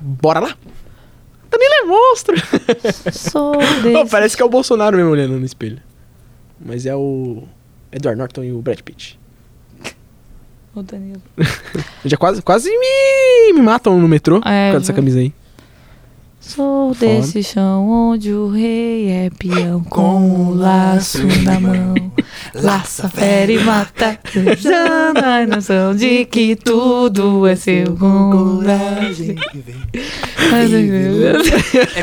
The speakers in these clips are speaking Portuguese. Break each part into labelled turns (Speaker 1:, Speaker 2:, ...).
Speaker 1: Bora lá? Danilo é monstro!
Speaker 2: Sou
Speaker 1: Não,
Speaker 2: desse.
Speaker 1: parece que é o Bolsonaro mesmo olhando no espelho. Mas é o Edward Norton e o Brad Pitt.
Speaker 2: O Danilo.
Speaker 1: Já quase, quase me, me matam no metrô por
Speaker 2: É,
Speaker 1: causa dessa
Speaker 2: viu?
Speaker 1: camisa aí.
Speaker 2: Sou
Speaker 1: Foda.
Speaker 2: desse chão onde o rei é peão com o laço na mão. Laça, fere e mata. Jana a noção de que tudo é seu com coragem.
Speaker 3: É melhor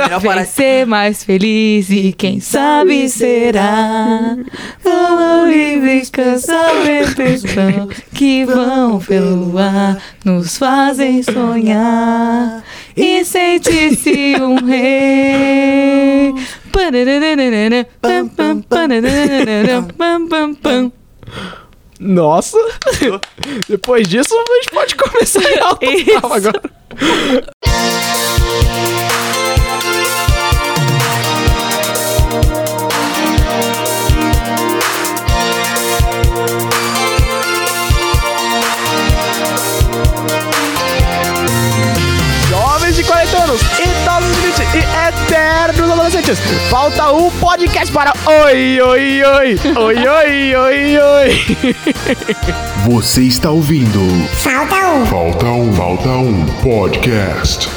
Speaker 2: Vai
Speaker 3: parar
Speaker 2: ser mais feliz e quem sabe
Speaker 3: é.
Speaker 2: será. Vão livres, pensando que vão pelo ar, nos fazem sonhar e sentir-se um rei. Pararararara, pam, pam, pararararara, pam, pam, pam.
Speaker 1: Nossa! Depois disso, a gente pode começar em alto
Speaker 2: Isso.
Speaker 1: astral agora. Jovens de 40 anos, idosos de 20 e eternos adolescentes. Falta um podcast para Oi, Oi, Oi, Oi, Oi, Oi, Oi.
Speaker 4: Você está ouvindo
Speaker 5: Falta um.
Speaker 4: Falta um, Falta um Podcast.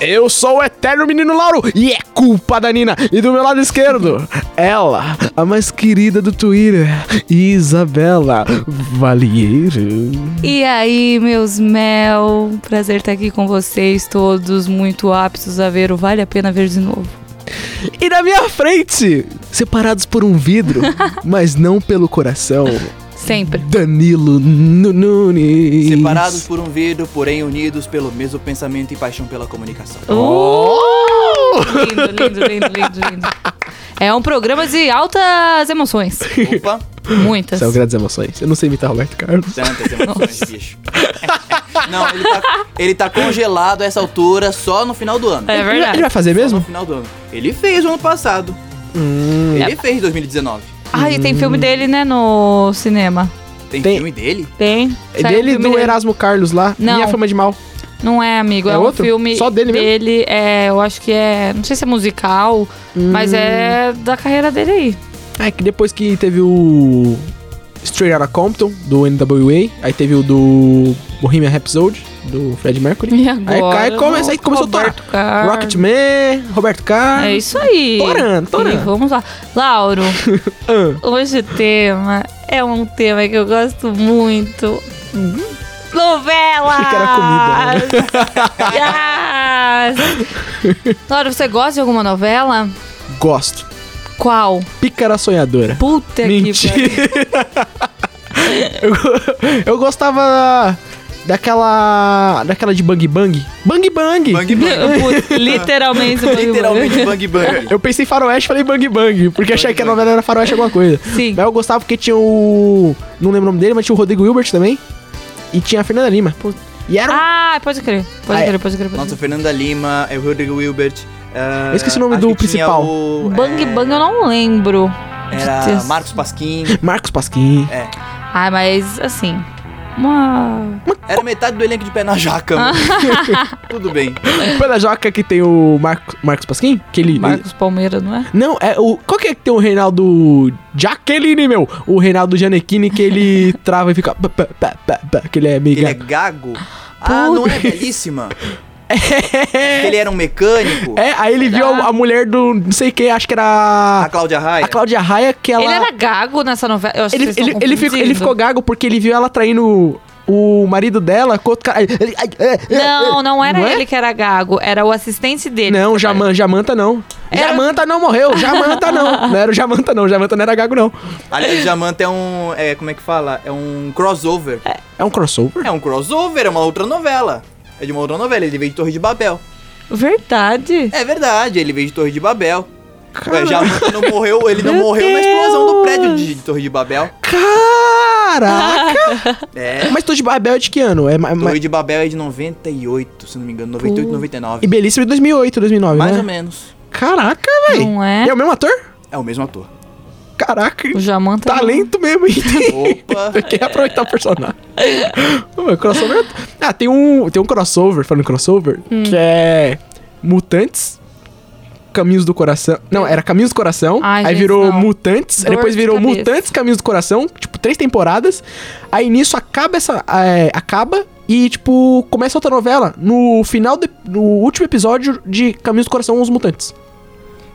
Speaker 1: Eu sou o eterno menino Lauro e é culpa da Nina. E do meu lado esquerdo, ela, a mais querida do Twitter, Isabela Valieiro.
Speaker 2: E aí, meus mel, prazer estar aqui com vocês todos, muito aptos a ver o Vale a Pena Ver de novo.
Speaker 1: E na minha frente, separados por um vidro, mas não pelo coração,
Speaker 2: Sempre.
Speaker 1: Danilo Nu- Nunes.
Speaker 3: Separados por um vidro, porém unidos pelo mesmo pensamento e paixão pela comunicação.
Speaker 1: Oh!
Speaker 2: Uh, Lindo, lindo, lindo, lindo, lindo. É um programa de altas emoções.
Speaker 3: Opa,
Speaker 2: Muitas.
Speaker 1: São grandes emoções. Eu não sei imitar Roberto Carlos.
Speaker 3: tantas emoções, bicho. Não, ele tá, ele tá congelado a essa altura só no final do ano.
Speaker 2: É
Speaker 1: Ele vai
Speaker 2: verdade.
Speaker 1: fazer
Speaker 3: Só
Speaker 1: mesmo? Hum.
Speaker 3: no final do ano. Ele fez o ano passado. Ele fez 2019.
Speaker 2: Ah, e tem filme dele, né, no cinema.
Speaker 3: Tem,
Speaker 1: Tem-
Speaker 3: filme dele?
Speaker 2: Tem.
Speaker 1: É
Speaker 2: Saiu
Speaker 1: dele
Speaker 2: filme
Speaker 1: do Erasmo Carlos lá.
Speaker 2: Não.
Speaker 1: Minha fama de mal.
Speaker 2: Não é, amigo. É,
Speaker 1: É
Speaker 2: um
Speaker 1: outro?
Speaker 2: filme
Speaker 1: Só dele mesmo?
Speaker 2: Dele, é, eu acho que é... Não sei se é musical,
Speaker 1: Hum.
Speaker 2: mas é da carreira dele aí.
Speaker 1: É que depois que teve o Straight Outta Compton, do NWA, aí teve o do Bohemian Rhapsody, do Fred Mercury.
Speaker 2: E agora?
Speaker 1: Aí, cai- começa- aí começou a torar.
Speaker 2: Roberto Carlos.
Speaker 1: Rocketman, Roberto Carlos.
Speaker 2: É isso aí.
Speaker 1: Ah, Torando, torando.
Speaker 2: E vamos lá. Lauro,
Speaker 1: Ah,
Speaker 2: hoje o tema é um tema que eu gosto muito. Novela!
Speaker 1: Uhum. Achei que né? era
Speaker 2: Lauro, você gosta de alguma novela?
Speaker 1: gosto.
Speaker 2: Qual?
Speaker 1: Pícara Sonhadora.
Speaker 2: Puta que
Speaker 1: Mentira. eu, eu gostava daquela. daquela de Bang Bang. Bang Bang!
Speaker 3: Bang Bang.
Speaker 2: pariu. Puta, Literalmente.
Speaker 3: Literalmente Bang Bang.
Speaker 1: Eu pensei em Faroeste, falei Bang Bang, porque achei que a
Speaker 3: Bang.
Speaker 1: novela era Faroeste alguma coisa.
Speaker 2: Sim.
Speaker 1: Mas eu gostava porque tinha o. Não lembro o nome dele, mas tinha o Rodrigo Hilbert também. E tinha a Fernanda Lima. E era um.
Speaker 2: Ah, pode crer. Pode
Speaker 1: Ah, é.
Speaker 2: crer, pode crer. Pode
Speaker 3: Nossa,
Speaker 2: crer.
Speaker 3: Fernanda Lima, é o Rodrigo Wilbert. ah,
Speaker 1: Eu esqueci o nome
Speaker 3: acho
Speaker 1: do
Speaker 3: que tinha
Speaker 1: principal.
Speaker 3: o,
Speaker 2: Bang
Speaker 3: é,
Speaker 2: Bang eu não lembro. de
Speaker 3: Era
Speaker 2: ter-
Speaker 3: Marcos Pasquim.
Speaker 1: Marcos Pasquim.
Speaker 3: É.
Speaker 2: Ah, mas assim. Uma.
Speaker 3: Era metade do elenco de pé na jaca, mano. Tudo bem.
Speaker 1: Foi na É, Joca que tem o Marcos, Marcos Pasquim? Que ele,
Speaker 2: Marcos Palmeira, não é?
Speaker 1: ele- Não, é o. Qual que é que tem o Reinaldo. Jaqueline, meu? O Reinaldo Gianecchini que ele trava e fica. pá, pá, pá, pá, pá, que ele é
Speaker 3: Ele
Speaker 1: mega.
Speaker 3: é gago. Ah, não é belíssima? Ele era um mecânico.
Speaker 1: É, aí ele viu
Speaker 2: Ah.
Speaker 1: a, a mulher do. Não sei quem, acho que era.
Speaker 3: A Cláudia Raia.
Speaker 1: A Cláudia Raia, que ela.
Speaker 2: Ele era gago nessa novela. Eu acho
Speaker 1: ele,
Speaker 2: que vocês
Speaker 1: ele,
Speaker 2: estão
Speaker 1: ele ficou, ele
Speaker 2: confundindo.
Speaker 1: ficou gago porque ele viu ela traindo o marido dela com outro cara. Aí ele- ai, é, é,
Speaker 2: Não, não era
Speaker 1: Não é?
Speaker 2: ele que era gago, era o assistente dele.
Speaker 1: Não, Jaman, Jamanta não.
Speaker 2: Era-
Speaker 1: Jamanta não morreu, Jamanta não. Não era o Jamanta não, Jamanta não era gago não.
Speaker 3: Aliás, Jamanta é um. É, como é que fala? É um crossover.
Speaker 1: É um crossover?
Speaker 3: É um crossover, é uma outra novela. É de uma outra novela, ele veio de Torre de Babel.
Speaker 2: Verdade.
Speaker 3: É verdade, ele veio de Torre de Babel.
Speaker 1: Caralho.
Speaker 3: Ué, Jamanta não morreu, ele não
Speaker 1: Meu
Speaker 3: morreu na explosão do
Speaker 1: Deus.
Speaker 3: prédio de, de Torre de Babel.
Speaker 1: Caraca!
Speaker 3: É.
Speaker 1: Mas tô de Babel é de que ano? É, ma- ma-
Speaker 3: Torre de Babel é de 98, se não me engano, 98, 99.
Speaker 1: E Belíssimo é de 2008, 2009,
Speaker 3: Mais
Speaker 1: né?
Speaker 3: ou menos.
Speaker 1: Caraca, velho.
Speaker 2: Não é?
Speaker 1: E é o mesmo ator?
Speaker 3: É o mesmo ator.
Speaker 1: Caraca.
Speaker 2: O Jamanta.
Speaker 1: Talento mesmo, hein?
Speaker 3: Opa.
Speaker 1: Quer aproveitar o personagem. Pô, crossover. Ah, tem um, tem um crossover, falando em crossover,
Speaker 2: Hum.
Speaker 1: que é Mutantes. Caminhos do Coração. Não, era Caminhos do Coração.
Speaker 2: Ai,
Speaker 1: aí
Speaker 2: gente,
Speaker 1: virou
Speaker 2: não.
Speaker 1: Mutantes. aí
Speaker 2: Dor
Speaker 1: depois
Speaker 2: de
Speaker 1: virou
Speaker 2: cabeça.
Speaker 1: Mutantes Caminhos do Coração. Tipo, três temporadas. Aí nisso acaba essa. é, acaba e, tipo, começa outra novela. No final, de- no último episódio de Caminhos do Coração, os Mutantes.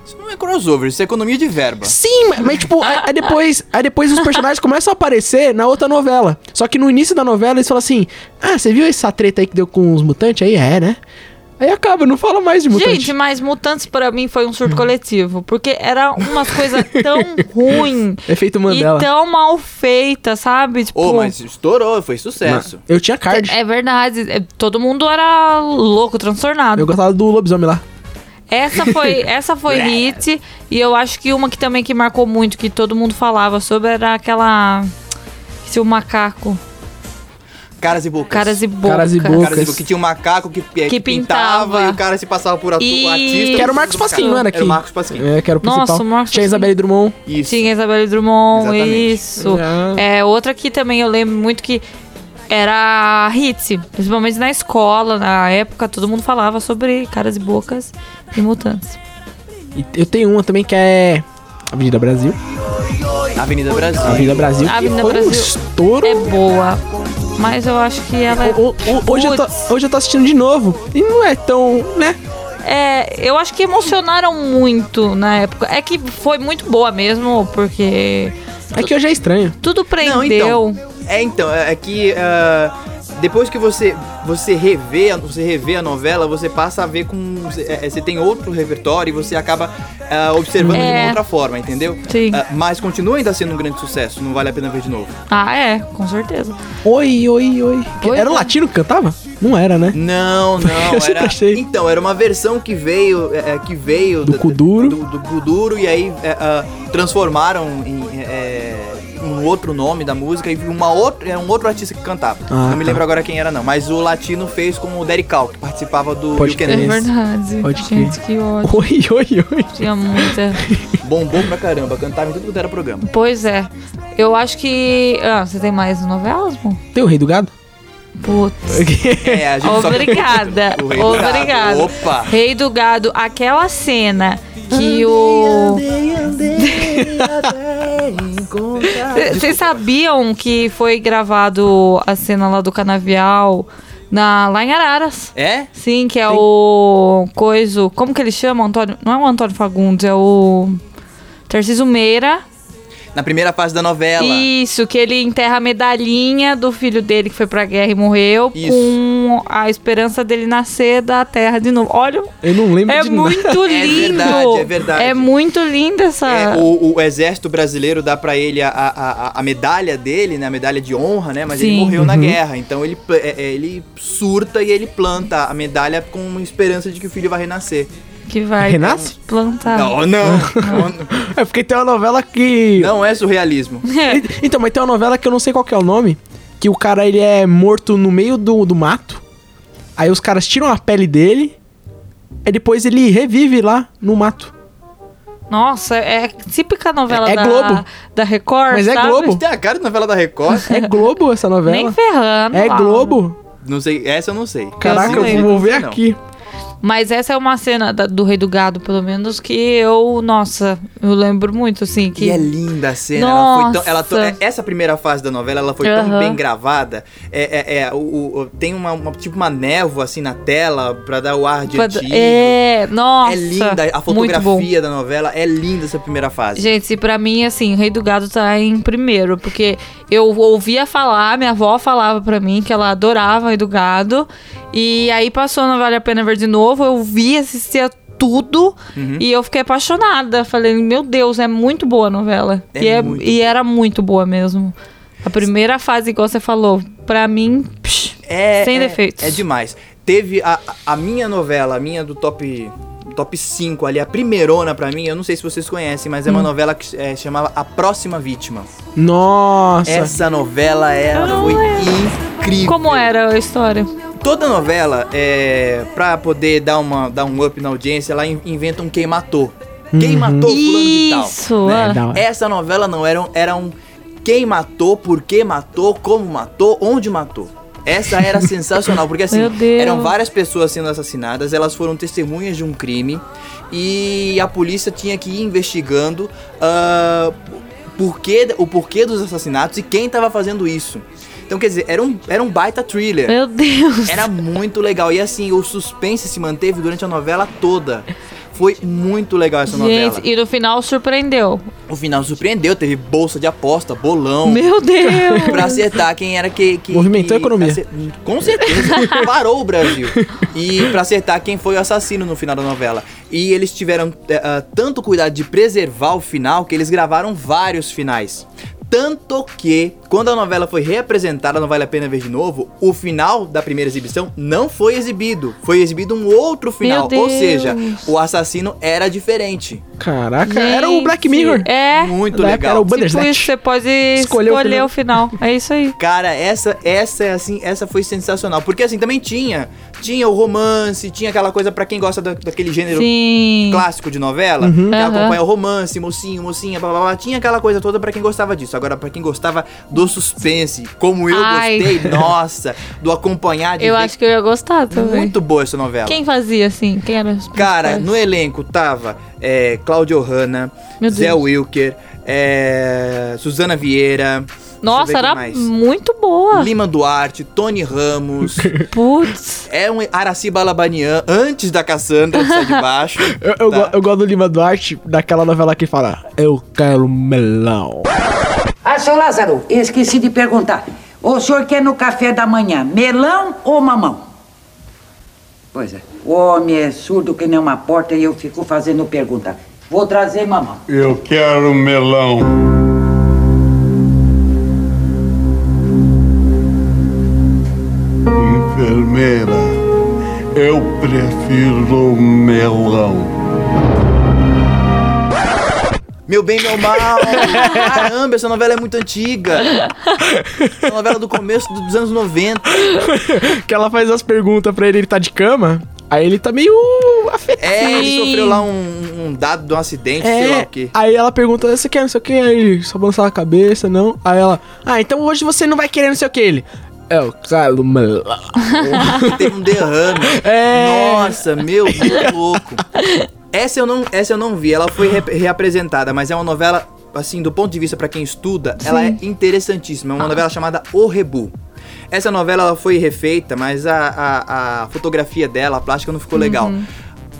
Speaker 3: Isso não é crossover, isso é economia de verba.
Speaker 1: Sim, mas, mas, tipo, aí, aí depois, aí depois os personagens começam a aparecer na outra novela. Só que no início da novela eles falam assim: Ah, você viu essa treta aí que deu com os mutantes? Aí é, né? Aí acaba, não fala mais de mutante. Hum.
Speaker 2: Gente, mas Mutantes pra mim foi um surto coletivo. Porque era umas coisas tão ruim
Speaker 1: Efeito
Speaker 2: e
Speaker 1: Mandela.
Speaker 2: tão mal feita, sabe? Tipo,
Speaker 3: Ô, mas estourou, foi sucesso.
Speaker 1: Mano, eu tinha card.
Speaker 2: é verdade. é- Todo mundo era louco, transtornado.
Speaker 1: Eu gostava do lobisomem lá.
Speaker 2: Essa foi, essa foi hit. E eu acho que uma que também que marcou muito, que todo mundo falava sobre, era aquela. Se o macaco.
Speaker 3: Caras e bocas.
Speaker 2: Caras e bocas.
Speaker 1: Caras e
Speaker 3: Caras e
Speaker 1: Bocas.
Speaker 3: bocas. Que tinha um macaco que, que,
Speaker 2: Que
Speaker 3: pintava,
Speaker 2: pintava.
Speaker 3: e o cara se passava por atu,
Speaker 2: E-
Speaker 3: artista.
Speaker 1: Que era o Marcos Pasquim, não era aqui?
Speaker 3: Era o Marcos Pasquim.
Speaker 1: É, que era o
Speaker 2: Nossa,
Speaker 1: principal.
Speaker 2: o Marcos
Speaker 1: tinha a
Speaker 2: Pasquim.
Speaker 1: Isabelle Drummond.
Speaker 3: Isso.
Speaker 2: Tinha a Isabelle Drummond,
Speaker 3: Exatamente.
Speaker 2: isso.
Speaker 1: Ah.
Speaker 2: É, outra que também eu lembro muito que era hit, principalmente na escola, na época, todo mundo falava sobre caras e bocas e mutantes.
Speaker 1: E eu tenho uma também que é. Avenida Brasil.
Speaker 3: Na Avenida Brasil.
Speaker 1: Avenida Brasil. que
Speaker 2: Avenida
Speaker 1: foi
Speaker 2: Brasil
Speaker 1: um estouro.
Speaker 2: É boa, mas eu acho que ela é.
Speaker 1: O- o- hoje, eu tô,
Speaker 2: Putz.
Speaker 1: hoje eu tô assistindo de novo. E não é tão, né?
Speaker 2: É, eu acho que emocionaram muito na época. É que foi muito boa mesmo, porque
Speaker 1: É que hoje é estranho.
Speaker 2: tudo
Speaker 3: Não,
Speaker 2: prendeu.
Speaker 3: então. É, então, é é que ah, depois que você você revê, a- você revê a novela, você passa a ver com. Você, é, você tem outro repertório e você acaba ah, observando de
Speaker 2: É.
Speaker 3: uma outra forma, entendeu?
Speaker 2: Sim.
Speaker 3: Ah, mas continua ainda sendo um grande sucesso, não vale a pena ver de novo.
Speaker 2: Ah, é, com certeza.
Speaker 1: Oi, oi, oi.
Speaker 2: Oi,
Speaker 1: era o
Speaker 2: oi.
Speaker 1: latino que cantava? Não era, né?
Speaker 3: Não, não,
Speaker 1: Eu sempre
Speaker 3: era.
Speaker 1: achei.
Speaker 3: Então, era uma versão que veio. é, é, que veio
Speaker 1: Do
Speaker 3: da-
Speaker 1: Kuduro.
Speaker 3: Do, do Kuduro, e aí é, ah, transformaram em. é, um outro nome da música e uma outra, era um outro artista que cantava.
Speaker 1: Ah,
Speaker 3: não me
Speaker 1: tá.
Speaker 3: lembro agora quem era, não. Mas o latino fez com o Derek Cal, que participava do
Speaker 1: Pode
Speaker 3: Ken
Speaker 2: É
Speaker 1: Beleza.
Speaker 2: verdade.
Speaker 1: Pode crer.
Speaker 2: Gente, que ótimo.
Speaker 1: Oi, oi, oi.
Speaker 2: Tinha muita.
Speaker 3: Bombou pra caramba, cantava em tudo quanto era programa.
Speaker 2: Pois é. Eu acho que. Ah, você tem mais novelas, amor?
Speaker 1: Tem o Rei do Gado?
Speaker 2: Putz.
Speaker 3: É, a só-
Speaker 2: Obrigada.
Speaker 3: O rei do gado.
Speaker 2: Obrigada.
Speaker 3: Opa!
Speaker 2: Rei do gado, aquela cena que o. Vocês sabiam que foi gravado a cena lá do canavial na, lá em Araras?
Speaker 3: É?
Speaker 2: Sim, que é o. Coiso. Como que ele chama? Antônio. Não é o Antônio Fagundes, é o. Tarcísio Meira.
Speaker 3: Na primeira fase da novela.
Speaker 2: Isso, que ele enterra a medalhinha do filho dele que foi pra guerra e morreu
Speaker 3: Isso.
Speaker 2: com a esperança dele nascer da terra de novo. Olha,
Speaker 1: Eu não lembro
Speaker 2: é
Speaker 1: de nada.
Speaker 2: muito lindo.
Speaker 3: verdade, é verdade.
Speaker 2: É muito lindo essa.
Speaker 3: É, o, o exército brasileiro dá pra ele a, a, a- a medalha dele, né? A medalha de honra, né? Mas ele
Speaker 2: Sim.
Speaker 3: morreu na guerra. Então ele, pl- é- é, ele surta e ele planta a medalha com uma esperança de que o filho vai renascer.
Speaker 2: Que vai
Speaker 1: Renasce?
Speaker 2: plantar.
Speaker 3: Não, oh, não. não.
Speaker 1: É porque tem uma novela que.
Speaker 3: Não é surrealismo.
Speaker 1: Então, mas tem uma novela que eu não sei qual que é o nome. Que o cara ele é morto no meio do, do mato. Aí os caras tiram a pele dele. Aí depois ele revive lá no mato.
Speaker 2: Nossa, é típica novela
Speaker 1: É- é
Speaker 2: da,
Speaker 1: Globo.
Speaker 2: da Record.
Speaker 1: Mas é
Speaker 2: sabe?
Speaker 1: Globo.
Speaker 3: Tem a cara de novela da Record?
Speaker 1: É Globo essa
Speaker 2: Nem
Speaker 1: novela.
Speaker 2: ferrando.
Speaker 1: É
Speaker 2: Laura.
Speaker 1: Globo.
Speaker 3: Não sei, essa eu não sei.
Speaker 1: Caraca,
Speaker 2: sei.
Speaker 1: eu vou ver
Speaker 3: Não.
Speaker 1: aqui.
Speaker 2: Mas essa é uma cena da- do Rei do Gado, pelo menos, que eu. Nossa, eu lembro muito, assim. Que
Speaker 3: E é linda a cena. Ela foi tão- ela to- é,
Speaker 2: Nossa.
Speaker 3: essa primeira fase da novela ela foi
Speaker 2: Aham.
Speaker 3: tão bem gravada. É, é- é, o- o- o- tem uma, uma- tipo uma névoa assim na tela pra dar o ar de
Speaker 2: Quando-
Speaker 3: antigo.
Speaker 2: É, nossa.
Speaker 3: É linda a
Speaker 2: Muito bom.
Speaker 3: fotografia da novela, é linda essa primeira fase.
Speaker 2: Gente, e pra mim, assim, Rei do Gado tá em primeiro, porque eu ouvia falar, minha avó falava pra mim que ela adorava Rei do Gado, e aí passou Não Vale a Pena Ver de novo, eu vi, assistia tudo,
Speaker 3: Uhum.
Speaker 2: e eu fiquei apaixonada. Falei, meu Deus, é muito boa a novela.
Speaker 3: É
Speaker 2: e, é-
Speaker 3: muito
Speaker 2: e era muito boa mesmo. A primeira fase, igual você falou, pra mim, psh,
Speaker 3: É,
Speaker 2: sem
Speaker 3: é-
Speaker 2: defeitos.
Speaker 3: É demais. Teve a, a minha novela, a minha do top top 5 ali, a primeirona pra mim, eu não sei se vocês conhecem, mas é
Speaker 2: Hum.
Speaker 3: uma novela que é, chamava A Próxima Vítima.
Speaker 1: Nossa.
Speaker 2: É,
Speaker 3: Essa novela era
Speaker 2: Não
Speaker 3: foi
Speaker 2: é.
Speaker 3: incrível.
Speaker 2: Como era a história?
Speaker 3: Toda novela, é, pra poder dar, uma, dar um up na audiência, ela in- inventa um quem matou. Quem matou fulano de tal. né?
Speaker 2: Isso!
Speaker 1: É,
Speaker 2: ah.
Speaker 1: da hora.
Speaker 3: Essa novela não era um, era um quem matou, por que matou, como matou, onde matou. Essa era sensacional, porque assim,
Speaker 2: Meu Deus.
Speaker 3: eram várias pessoas sendo assassinadas, elas foram testemunhas de um crime e a polícia tinha que ir investigando ah, porquê- o porquê dos assassinatos e quem tava fazendo isso. Então, quer dizer, era um, era um baita thriller.
Speaker 2: Meu Deus.
Speaker 3: Era muito legal. E assim, o suspense se manteve durante a novela toda. Foi muito legal essa novela.
Speaker 2: Gente, e no final surpreendeu.
Speaker 3: O final surpreendeu, teve bolsa de aposta, bolão.
Speaker 2: Meu Deus.
Speaker 3: Pra acertar quem era que. que
Speaker 1: Movimentou
Speaker 3: que-
Speaker 1: a economia.
Speaker 3: acer- Com certeza. parou o Brasil. E pra acertar quem foi o assassino no final da novela. E eles tiveram eh, ah, tanto cuidado de preservar o final que eles gravaram vários finais. Tanto que, quando a novela foi reapresentada, não vale a pena ver de novo, o final da primeira exibição não foi exibido. Foi exibido um outro final.
Speaker 2: Meu
Speaker 3: Ou seja,
Speaker 2: Deus.
Speaker 3: o assassino era diferente.
Speaker 1: Caraca, era o Black
Speaker 2: Gente,
Speaker 1: Mirror.
Speaker 2: É.
Speaker 3: Muito
Speaker 1: Da época
Speaker 3: legal.
Speaker 1: Era o
Speaker 2: Tipo
Speaker 1: Bandersnatch.
Speaker 2: isso, você pode
Speaker 1: Escolher
Speaker 2: escolher,
Speaker 1: o
Speaker 2: o, final. É isso aí.
Speaker 3: Cara, essa, essa é assim, essa foi sensacional. Porque assim, também tinha. Tinha o romance, tinha aquela coisa pra quem gosta da- daquele gênero
Speaker 2: Sim. Uhum.
Speaker 3: clássico de novela, que
Speaker 2: Aham.
Speaker 3: acompanha o romance, mocinho, mocinha, blá blá blá. Tinha aquela coisa toda pra quem gostava disso. Agora, pra quem gostava do suspense, como eu
Speaker 2: Ai.
Speaker 3: gostei, nossa, do acompanhar de
Speaker 2: Eu
Speaker 3: ver-
Speaker 2: acho que eu ia gostar também.
Speaker 3: muito boa essa novela.
Speaker 2: Quem fazia assim? Quem era os
Speaker 3: Cara,
Speaker 2: principais?
Speaker 3: no elenco tava é, Cláudio Hanna,
Speaker 2: Meu
Speaker 3: Zé
Speaker 2: Deus.
Speaker 3: Wilker, é, Suzana Vieira. deixa eu ver
Speaker 2: Nossa,
Speaker 3: quem
Speaker 2: era
Speaker 3: mais.
Speaker 2: muito
Speaker 1: Ah.
Speaker 2: boa.
Speaker 3: Lima Duarte, Tony Ramos,
Speaker 2: Putz.
Speaker 3: é um Araci Balabanian antes da Cassandra que sai de baixo.
Speaker 1: Eu, eu
Speaker 3: Tá.
Speaker 1: go- eu gosto do Lima Duarte, daquela novela que fala Eu quero melão.
Speaker 5: Ah, seu Lázaro, esqueci de perguntar. O senhor quer no café da manhã melão ou mamão? Pois é. O homem é surdo que nem uma porta e eu fico fazendo pergunta. Vou trazer mamão.
Speaker 4: Eu quero melão. Enfermeira, eu prefiro melão.
Speaker 3: Meu bem, meu mal. Caramba, essa novela é muito antiga. Essa novela do começo dos anos 90.
Speaker 1: Que ela faz as perguntas pra ele, ele tá de cama, aí ele tá meio afetado. É,
Speaker 3: É, ele
Speaker 2: Sim.
Speaker 3: sofreu lá um, um dado de um acidente, sei lá o quê.
Speaker 1: aí ela pergunta, você quer não sei o que? Aí ele só balançava a cabeça, não. Aí ela, ah, então hoje você não vai querer não sei o que. Ele, eu quero melão.
Speaker 3: Teve um derrame.
Speaker 1: É.
Speaker 3: Nossa, meu, muito louco. Essa eu não, essa eu não vi. Ela foi re- reapresentada, mas é uma novela assim, do ponto de vista pra quem estuda, ela é interessantíssima. É uma novela chamada O Rebu. Essa novela ela foi refeita, mas a, a, a fotografia dela, a plástica não ficou legal.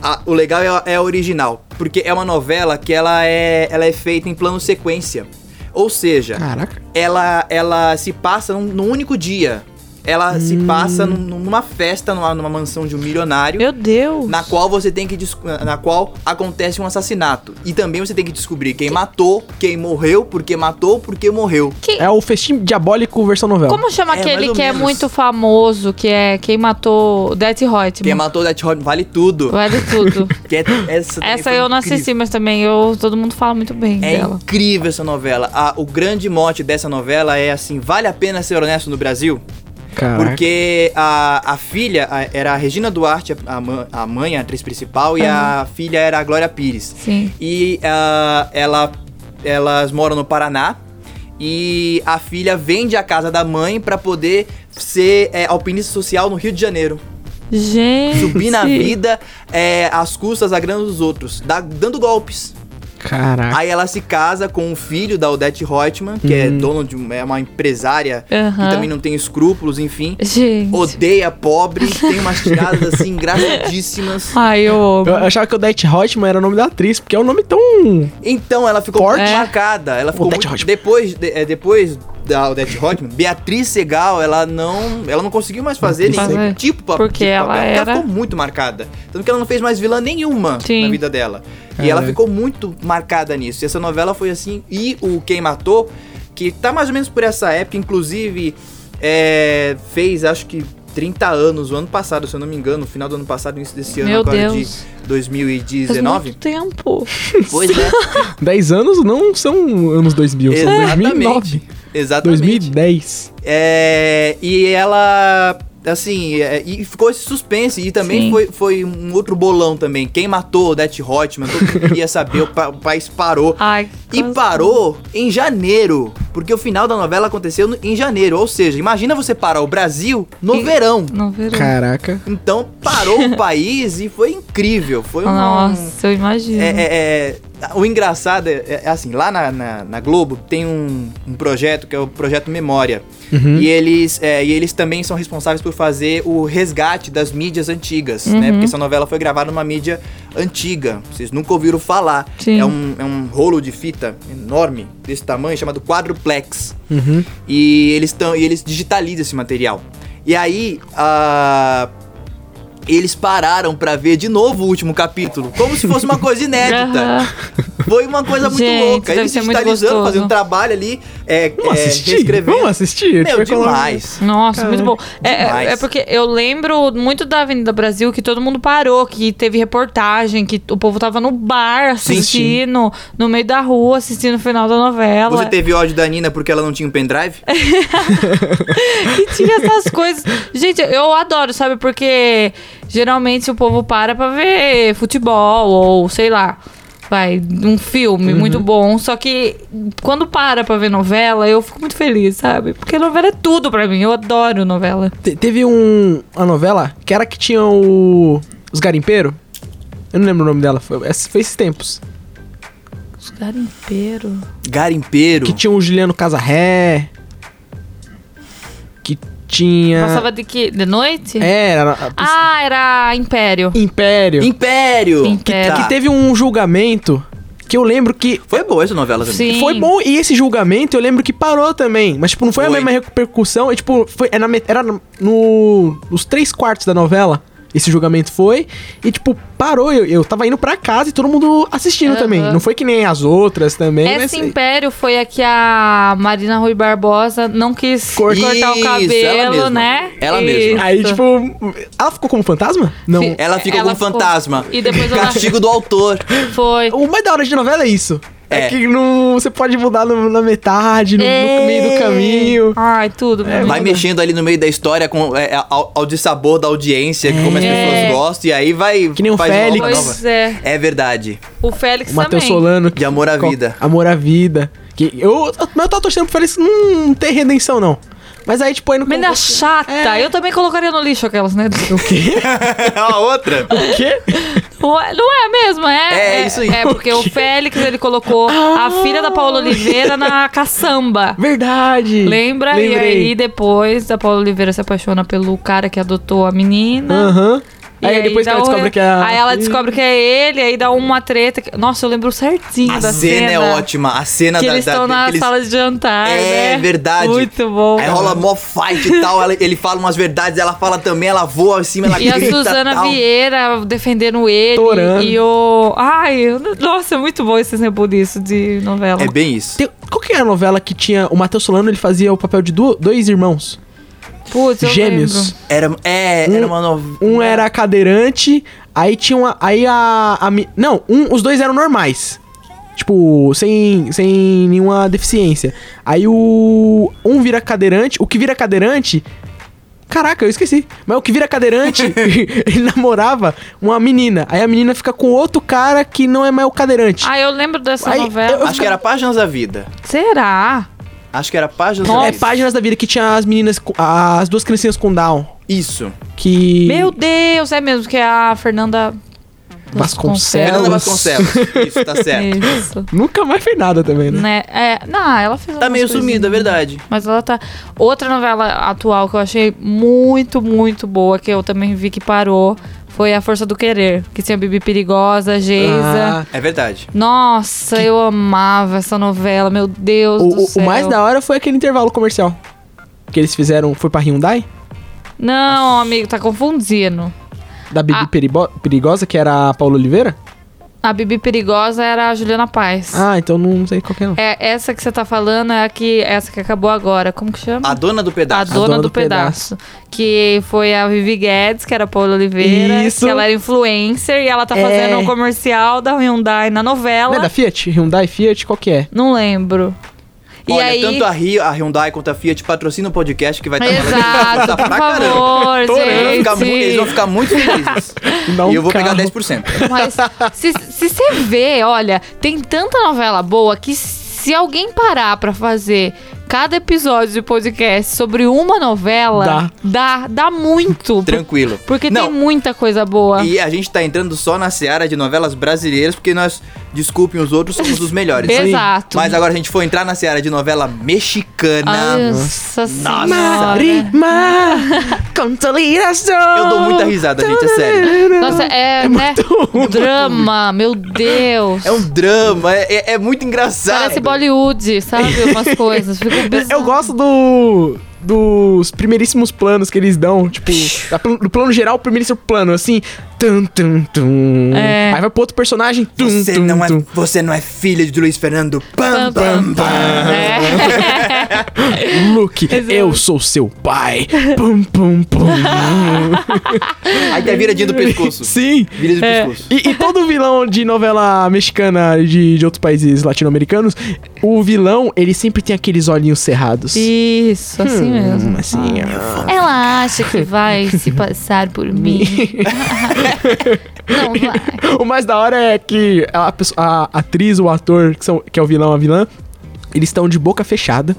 Speaker 3: A- o legal é, a- é a original, porque é uma novela que ela é, ela é feita em plano sequência. Ou seja,
Speaker 1: Caraca.
Speaker 3: ela, ela se passa num, num único dia. Ela se
Speaker 2: Hum.
Speaker 3: passa num- numa festa, numa, numa mansão de um milionário.
Speaker 2: Meu Deus.
Speaker 3: Na qual você tem que des- na qual acontece um assassinato e também você tem que descobrir quem matou, quem morreu, porque matou, porque morreu.
Speaker 1: É o festim diabólico versão novela.
Speaker 2: Como chama
Speaker 3: É, mais
Speaker 2: aquele
Speaker 3: ou
Speaker 2: que é
Speaker 3: menos.
Speaker 2: muito famoso, que é quem matou Death Hot?
Speaker 3: Quem matou Death Hot vale tudo.
Speaker 2: Vale tudo.
Speaker 3: Que é- essa também
Speaker 2: Essa
Speaker 3: foi
Speaker 2: eu não
Speaker 3: incrível.
Speaker 2: assisti, mas também eu, todo mundo fala muito bem
Speaker 3: É
Speaker 2: dela.
Speaker 3: incrível essa novela. A- o grande mote dessa novela é assim: vale a pena ser honesto no Brasil?
Speaker 1: Caraca.
Speaker 3: Porque a, a filha a- era a Regina Duarte, a, a mã- a mãe, a atriz principal, e a filha era a Glória Pires.
Speaker 2: Sim.
Speaker 3: E ah, ela, elas moram no Paraná. E a filha vende a casa da mãe pra poder ser é, alpinista social no Rio de Janeiro.
Speaker 2: Gente.
Speaker 3: Subir na vida é, às custas da grana dos outros, dá- dando golpes.
Speaker 2: Ah.
Speaker 1: Caraca.
Speaker 3: Aí ela se casa com o filho da Odete Reutemann, que é dono de um- é uma empresária
Speaker 2: Hum. Aham.
Speaker 3: que também não tem escrúpulos, enfim.
Speaker 2: Gente.
Speaker 3: Odeia pobre, tem umas tiradas assim engraçadíssimas.
Speaker 2: Ai, eu amo.
Speaker 1: Eu achava que o Death Hotman era o nome da atriz, porque é um nome tão.
Speaker 3: Então ela ficou
Speaker 1: Forte.
Speaker 3: muito
Speaker 2: É.
Speaker 3: marcada. Ela ficou
Speaker 1: Odete
Speaker 3: muito-
Speaker 1: Roitman.
Speaker 3: depois de- é, depois da Odete Rodman, Beatriz Segal, ela não, ela não conseguiu mais fazer
Speaker 2: Fazer.
Speaker 3: nenhum tipo pa-
Speaker 2: Porque
Speaker 3: de
Speaker 2: ela
Speaker 3: papel, porque
Speaker 2: era-
Speaker 3: ficou muito marcada. Tanto que ela não fez mais vilã nenhuma
Speaker 2: Sim.
Speaker 3: na vida dela. E
Speaker 1: Caraca.
Speaker 3: ela ficou muito marcada nisso. E essa novela foi assim, e o Quem Matou, que tá mais ou menos por essa época, inclusive é, fez acho que 30 anos, o ano passado, se eu não me engano, no final do ano passado, início desse ano
Speaker 2: Meu
Speaker 3: agora
Speaker 2: Deus.
Speaker 3: de
Speaker 2: Faz
Speaker 3: 2019.
Speaker 2: muito tempo.
Speaker 3: Pois é.
Speaker 1: 10 anos não são anos 2000, são
Speaker 3: Exatamente.
Speaker 1: 2009.
Speaker 3: Exatamente.
Speaker 1: 2010.
Speaker 3: É, e ela. Assim, é, e ficou esse suspense. E também
Speaker 2: Sim.
Speaker 3: foi, foi um outro bolão também. Quem matou Odette Hotman, todo mundo queria saber. O, pa- o país parou.
Speaker 2: Ai,
Speaker 3: E
Speaker 2: quase-
Speaker 3: parou em janeiro. Porque o final da novela aconteceu no- em janeiro. Ou seja, imagina você parar o Brasil no
Speaker 2: E-
Speaker 3: verão.
Speaker 2: Não virou.
Speaker 1: Caraca.
Speaker 3: Então parou o país e foi incrível. Foi um.
Speaker 2: Ah, Nossa, eu imagino.
Speaker 3: É, é, é, o engraçado é, é assim, lá na, na- na Globo tem um, um projeto que é o Projeto Memória. E, eles, é, e eles também são responsáveis por fazer o resgate das mídias antigas, né? Porque essa novela foi gravada numa mídia antiga. Vocês nunca ouviram falar.
Speaker 2: Sim.
Speaker 3: É, um, é um rolo de fita enorme, desse tamanho, chamado quadruplex.
Speaker 1: Uhum.
Speaker 3: E eles, tão, e eles digitalizam esse material. E aí, a eles pararam pra ver de novo o último capítulo, como se fosse uma coisa inédita.
Speaker 2: Aham.
Speaker 3: Foi uma coisa muito
Speaker 2: Gente,
Speaker 3: louca.
Speaker 2: deve
Speaker 3: Eles
Speaker 2: ser muito
Speaker 3: digitalizando,
Speaker 2: gostoso.
Speaker 3: fazendo um trabalho ali, é,
Speaker 1: Vamos
Speaker 3: é,
Speaker 1: assistir?
Speaker 3: reescrevendo.
Speaker 1: Vamos assistir?
Speaker 3: Meu,
Speaker 1: Foi colocar-
Speaker 3: demais.
Speaker 2: Nossa, muito bom. É,
Speaker 3: demais.
Speaker 2: é porque eu lembro muito da Avenida Brasil que todo mundo parou, que teve reportagem, que o povo tava no bar
Speaker 1: Sim,
Speaker 2: assistindo, no meio da rua, assistindo o final da novela.
Speaker 3: Você teve ódio da Nina porque ela não tinha um pendrive?
Speaker 2: É. E tinha essas coisas. Gente, eu adoro, sabe? Porque geralmente o povo para pra ver futebol ou sei lá. Vai, um filme
Speaker 3: Uhum.
Speaker 2: muito bom. Só que quando para pra ver novela, eu fico muito feliz, sabe? Porque novela é tudo pra mim. Eu adoro novela.
Speaker 1: Te- teve um, uma novela que era que tinha o. Os Garimpeiros. Eu não lembro o nome dela. Foi, essa- foi esses tempos.
Speaker 2: Os garimpeiros.
Speaker 3: Garimpeiro.
Speaker 1: Que tinha o Juliano Casarré. Que
Speaker 3: É.
Speaker 1: tinha.
Speaker 2: Passava de que? De noite?
Speaker 1: É, era. a-
Speaker 2: Ah, era Império.
Speaker 1: Império.
Speaker 3: Império.
Speaker 2: Império.
Speaker 3: Tá.
Speaker 1: Que teve um julgamento que eu lembro que.
Speaker 3: Foi boa essa novela também.
Speaker 2: Sim.
Speaker 1: Foi bom, e esse julgamento eu lembro que parou também. Mas, tipo, não foi, a
Speaker 3: Foi.
Speaker 1: mesma repercussão. É, tipo, foi, é na met- era no, no- nos três quartos da novela. Esse julgamento foi. E, tipo, parou. Eu, eu tava indo pra casa e todo mundo assistindo
Speaker 2: Aham. É
Speaker 1: também. Não foi que nem as outras também. mas,
Speaker 2: Esse Império foi a que a Marina Rui Barbosa não quis
Speaker 3: Corta-
Speaker 2: cortar o
Speaker 3: Isso, ela
Speaker 2: cabelo,
Speaker 3: mesma.
Speaker 2: né?
Speaker 3: Ela mesma.
Speaker 1: Aí,
Speaker 2: Isso.
Speaker 1: tipo. Ela ficou como fantasma? Não.
Speaker 2: Fi-
Speaker 3: Ela ficou
Speaker 2: Ela
Speaker 3: com um
Speaker 2: ficou.
Speaker 3: fantasma.
Speaker 2: E depois ela-
Speaker 3: Castigo do autor.
Speaker 2: Foi.
Speaker 1: O mais da hora de novela é isso. É,
Speaker 3: É.
Speaker 1: que não, você pode mudar no- na metade, no,
Speaker 2: É.
Speaker 1: no meio do caminho. É,
Speaker 2: Ai, tudo. meu
Speaker 3: Vai
Speaker 2: Deus.
Speaker 3: mexendo ali no meio da história com é, ao, ao dissabor da audiência, que como as
Speaker 2: É.
Speaker 3: pessoas gostam, e aí vai.
Speaker 1: Que nem o
Speaker 3: faz uma
Speaker 1: Félix.
Speaker 3: nova-
Speaker 2: Pois é.
Speaker 3: É verdade.
Speaker 2: O Félix
Speaker 1: O Matheus
Speaker 2: também.
Speaker 1: Solano.
Speaker 3: De Amor à
Speaker 1: Co-
Speaker 3: Vida.
Speaker 1: Amor à Vida. Que eu, eu- mas eu tava torcendo pro Félix hum, não ter redenção, não. Mas aí, tipo, aí no
Speaker 2: Menina chata.
Speaker 1: É.
Speaker 2: Eu também colocaria no lixo aquelas, né?
Speaker 3: a outra?
Speaker 1: quê?
Speaker 2: Ué, Não é mesmo, é?
Speaker 3: É, isso aí.
Speaker 2: É, porque o Félix, ele colocou a
Speaker 1: Ah.
Speaker 2: filha da Paula Oliveira na caçamba.
Speaker 1: Verdade.
Speaker 2: Lembra?
Speaker 1: Lembrei.
Speaker 2: E aí depois a Paula Oliveira se apaixona pelo cara que adotou a menina.
Speaker 1: Aham.
Speaker 2: um- E
Speaker 1: Aí, depois que
Speaker 2: dá
Speaker 1: ela
Speaker 2: o-
Speaker 1: descobre que é a...
Speaker 2: Aí ela descobre que é ele, aí dá uma treta. que- Nossa, eu lembro certinho
Speaker 3: A
Speaker 2: da
Speaker 3: cena,
Speaker 2: cena.
Speaker 3: é ótima. A cena
Speaker 2: Que
Speaker 3: da.
Speaker 2: eles
Speaker 3: da-
Speaker 2: estão na
Speaker 3: que eles-
Speaker 2: sala de jantar,
Speaker 3: É
Speaker 2: né?
Speaker 3: verdade.
Speaker 2: Muito bom.
Speaker 3: Aí rola mó fight e tal. ela- ele fala umas verdades, ela fala também, ela voa em cima, ela
Speaker 2: E a
Speaker 3: grita
Speaker 2: Suzana
Speaker 3: tal.
Speaker 2: Vieira defendendo ele.
Speaker 1: Torando.
Speaker 2: E o... Ai, eu- nossa, é muito bom esse exemplo disso, de novela.
Speaker 3: É bem isso.
Speaker 1: Tem- Qual que era a novela que tinha... O Matheus Solano, ele fazia o papel de du- dois irmãos.
Speaker 2: Putz, eu
Speaker 1: gêmeos.
Speaker 2: lembro.
Speaker 3: Era, é,
Speaker 1: Um-
Speaker 3: era uma novela.
Speaker 1: Um era cadeirante, aí tinha uma... Aí a... a mi- não, um, os dois eram normais. Tipo, sem, sem nenhuma deficiência. Aí o... Um vira cadeirante. O que vira cadeirante... Caraca, eu esqueci. Mas o que vira cadeirante, ele namorava uma menina. Aí a menina fica com outro cara que não é mais o cadeirante.
Speaker 2: Ah, eu lembro dessa
Speaker 1: Aí,
Speaker 2: novela.
Speaker 1: eu-
Speaker 3: Acho que era Páginas da Vida.
Speaker 2: Será?
Speaker 3: Acho que era Páginas da
Speaker 1: É
Speaker 3: Vida.
Speaker 1: Páginas da Vida que tinha as meninas, com- as duas criancinhas com Down.
Speaker 3: Isso.
Speaker 1: Que.
Speaker 2: Meu Deus, é mesmo que a Fernanda...
Speaker 1: Vasconcelos.
Speaker 3: Fernanda Vasconcelos. Isso, tá certo.
Speaker 2: É um Isso,
Speaker 1: Nunca mais fez nada também, né?
Speaker 2: né? É, não, ela fez
Speaker 3: Tá
Speaker 2: algumas
Speaker 3: meio
Speaker 2: coisinhas.
Speaker 3: sumido, é verdade.
Speaker 2: Mas ela tá. Outra novela atual que eu achei muito, muito boa, que eu também vi que parou, foi A Força do Querer, que tinha Bibi Perigosa,
Speaker 1: Ah,
Speaker 2: Geisa.
Speaker 3: É verdade.
Speaker 2: Nossa, eu amava essa novela, meu Deus do
Speaker 1: o, o-
Speaker 2: céu.
Speaker 1: o mais da hora foi aquele intervalo comercial. Que eles fizeram. Foi pra Hyundai?
Speaker 2: Não, amigo, tá confundindo.
Speaker 1: Da Bibi
Speaker 2: Ah.
Speaker 1: Peribo- Perigosa, que era a Paula Oliveira?
Speaker 2: A Bibi Perigosa era a Juliana Paz.
Speaker 1: Ah, então não sei qual que é. Não.
Speaker 2: É, essa que você tá falando é a que, essa que acabou agora. Como que chama?
Speaker 3: A Dona do
Speaker 2: A
Speaker 3: Pedaço.
Speaker 2: Dona, do, pedaço. Que foi a Vivi Guedes, que era a Paula Oliveira.
Speaker 1: Isso.
Speaker 2: Que ela era influencer e ela tá
Speaker 1: É.
Speaker 2: fazendo um comercial é da Hyundai na novela.
Speaker 1: Não é da Fiat? Hyundai, Fiat, qual que é?
Speaker 2: Não lembro. E
Speaker 3: Olha,
Speaker 2: aí-
Speaker 3: tanto a, Rio, a Hyundai quanto a Fiat patrocina o podcast que vai tá estar
Speaker 2: Exato, por favor,
Speaker 3: Eles vão, ficar, mu- eles vão
Speaker 2: gente.
Speaker 3: ficar muito felizes.
Speaker 1: Dá
Speaker 3: e
Speaker 1: um
Speaker 3: eu vou
Speaker 1: carro.
Speaker 3: pegar 10%.
Speaker 2: Mas se se você vê, olha, tem tanta novela boa que se alguém parar pra fazer cada episódio de podcast sobre uma novela, dá, dá, muito.
Speaker 3: Tranquilo.
Speaker 2: Porque
Speaker 3: Não,
Speaker 2: tem muita coisa boa.
Speaker 3: E a gente tá entrando só na seara de novelas brasileiras, porque nós, desculpem os outros, somos os melhores.
Speaker 2: Exato.
Speaker 3: Mas agora a gente foi entrar na seara de novela
Speaker 2: Ah,
Speaker 3: mexicana.
Speaker 2: Nossa né? senhora.
Speaker 1: Marima, consolidação.
Speaker 2: Ah.
Speaker 3: Eu dou muita risada, gente, é sério.
Speaker 2: Nossa, é, né? Drama, meu Deus.
Speaker 3: É um drama, é, é- é muito engraçado.
Speaker 2: Parece Bollywood, sabe? Umas coisas. Fico
Speaker 1: Eu
Speaker 2: bizarro.
Speaker 1: gosto do. Dos primeiríssimos planos que eles dão, tipo, da pl- do plano geral, o primeiríssimo plano, assim. Tum, tum, tum.
Speaker 2: É.
Speaker 1: Aí vai pro outro personagem. Tum,
Speaker 3: Você
Speaker 1: tum,
Speaker 3: não, é,
Speaker 1: tum.
Speaker 3: você não é filho de Luiz Fernando. Pam, pam, pam.
Speaker 2: É.
Speaker 1: Luke, eu sou seu pai. pum, pum, pum.
Speaker 3: Aí tem a É viradinha do pescoço.
Speaker 1: Sim.
Speaker 3: Vira do
Speaker 2: É.
Speaker 3: pescoço.
Speaker 1: E, e todo vilão de novela mexicana de, de outros países latino-americanos, o vilão, ele sempre tem aqueles olhinhos cerrados.
Speaker 2: Isso, assim mesmo. Ah.
Speaker 1: Hum, assim, ó.
Speaker 2: Ela acha que vai se passar por mim. Não vai.
Speaker 1: O mais da hora é que a, pesso- a atriz, o ator, que, são, que é o vilão, a vilã, eles estão de boca fechada,